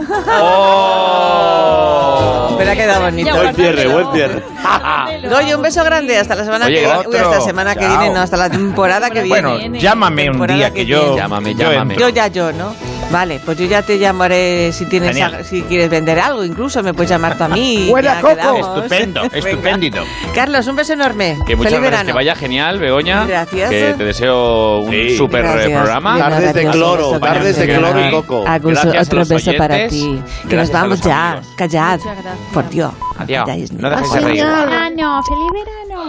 Speaker 1: Pero ha quedado bonito.
Speaker 5: Buen cierre, [laughs] buen
Speaker 3: cierre.
Speaker 1: Goyo, un beso grande. Hasta la semana
Speaker 5: Oye,
Speaker 1: que viene. Uy,
Speaker 5: otro.
Speaker 1: hasta la semana que
Speaker 5: Chao.
Speaker 1: viene, no, hasta la temporada que viene.
Speaker 5: Bueno, llámame un día que yo.
Speaker 2: Llámame,
Speaker 5: yo
Speaker 2: llámame.
Speaker 5: entro.
Speaker 1: Yo ya yo, ¿no? Vale, pues yo ya te llamaré si tienes
Speaker 5: Genial.
Speaker 1: al- si quieres vender algo, incluso me puedes llamar tú a mí. y ya quedamos.
Speaker 3: [laughs]
Speaker 5: Estupendo, estupendito.
Speaker 1: Carlos, un beso enorme.
Speaker 2: Que muchas
Speaker 1: Feliz
Speaker 2: gracias,
Speaker 1: verano.
Speaker 2: que vaya genial, Begoña.
Speaker 1: Gracias.
Speaker 2: Que te deseo un
Speaker 3: Sí.
Speaker 2: súper eh,
Speaker 3: Gracias.
Speaker 2: programa.
Speaker 3: Tardes de Gracias. cloro,
Speaker 2: Mañana
Speaker 3: tardes de
Speaker 2: será-
Speaker 3: cloro y coco.
Speaker 1: Agus,
Speaker 2: Gracias a
Speaker 1: otro
Speaker 2: los
Speaker 1: beso para
Speaker 2: oyentes.
Speaker 1: ti. Que nos
Speaker 2: Gracias a
Speaker 1: vamos
Speaker 2: los
Speaker 1: ya.
Speaker 2: amigos.
Speaker 1: Callad. Por Dios.
Speaker 2: Adiós.
Speaker 1: calláis.
Speaker 2: No dejéis de
Speaker 1: Adiós.
Speaker 2: reír.
Speaker 15: verano, feliz verano.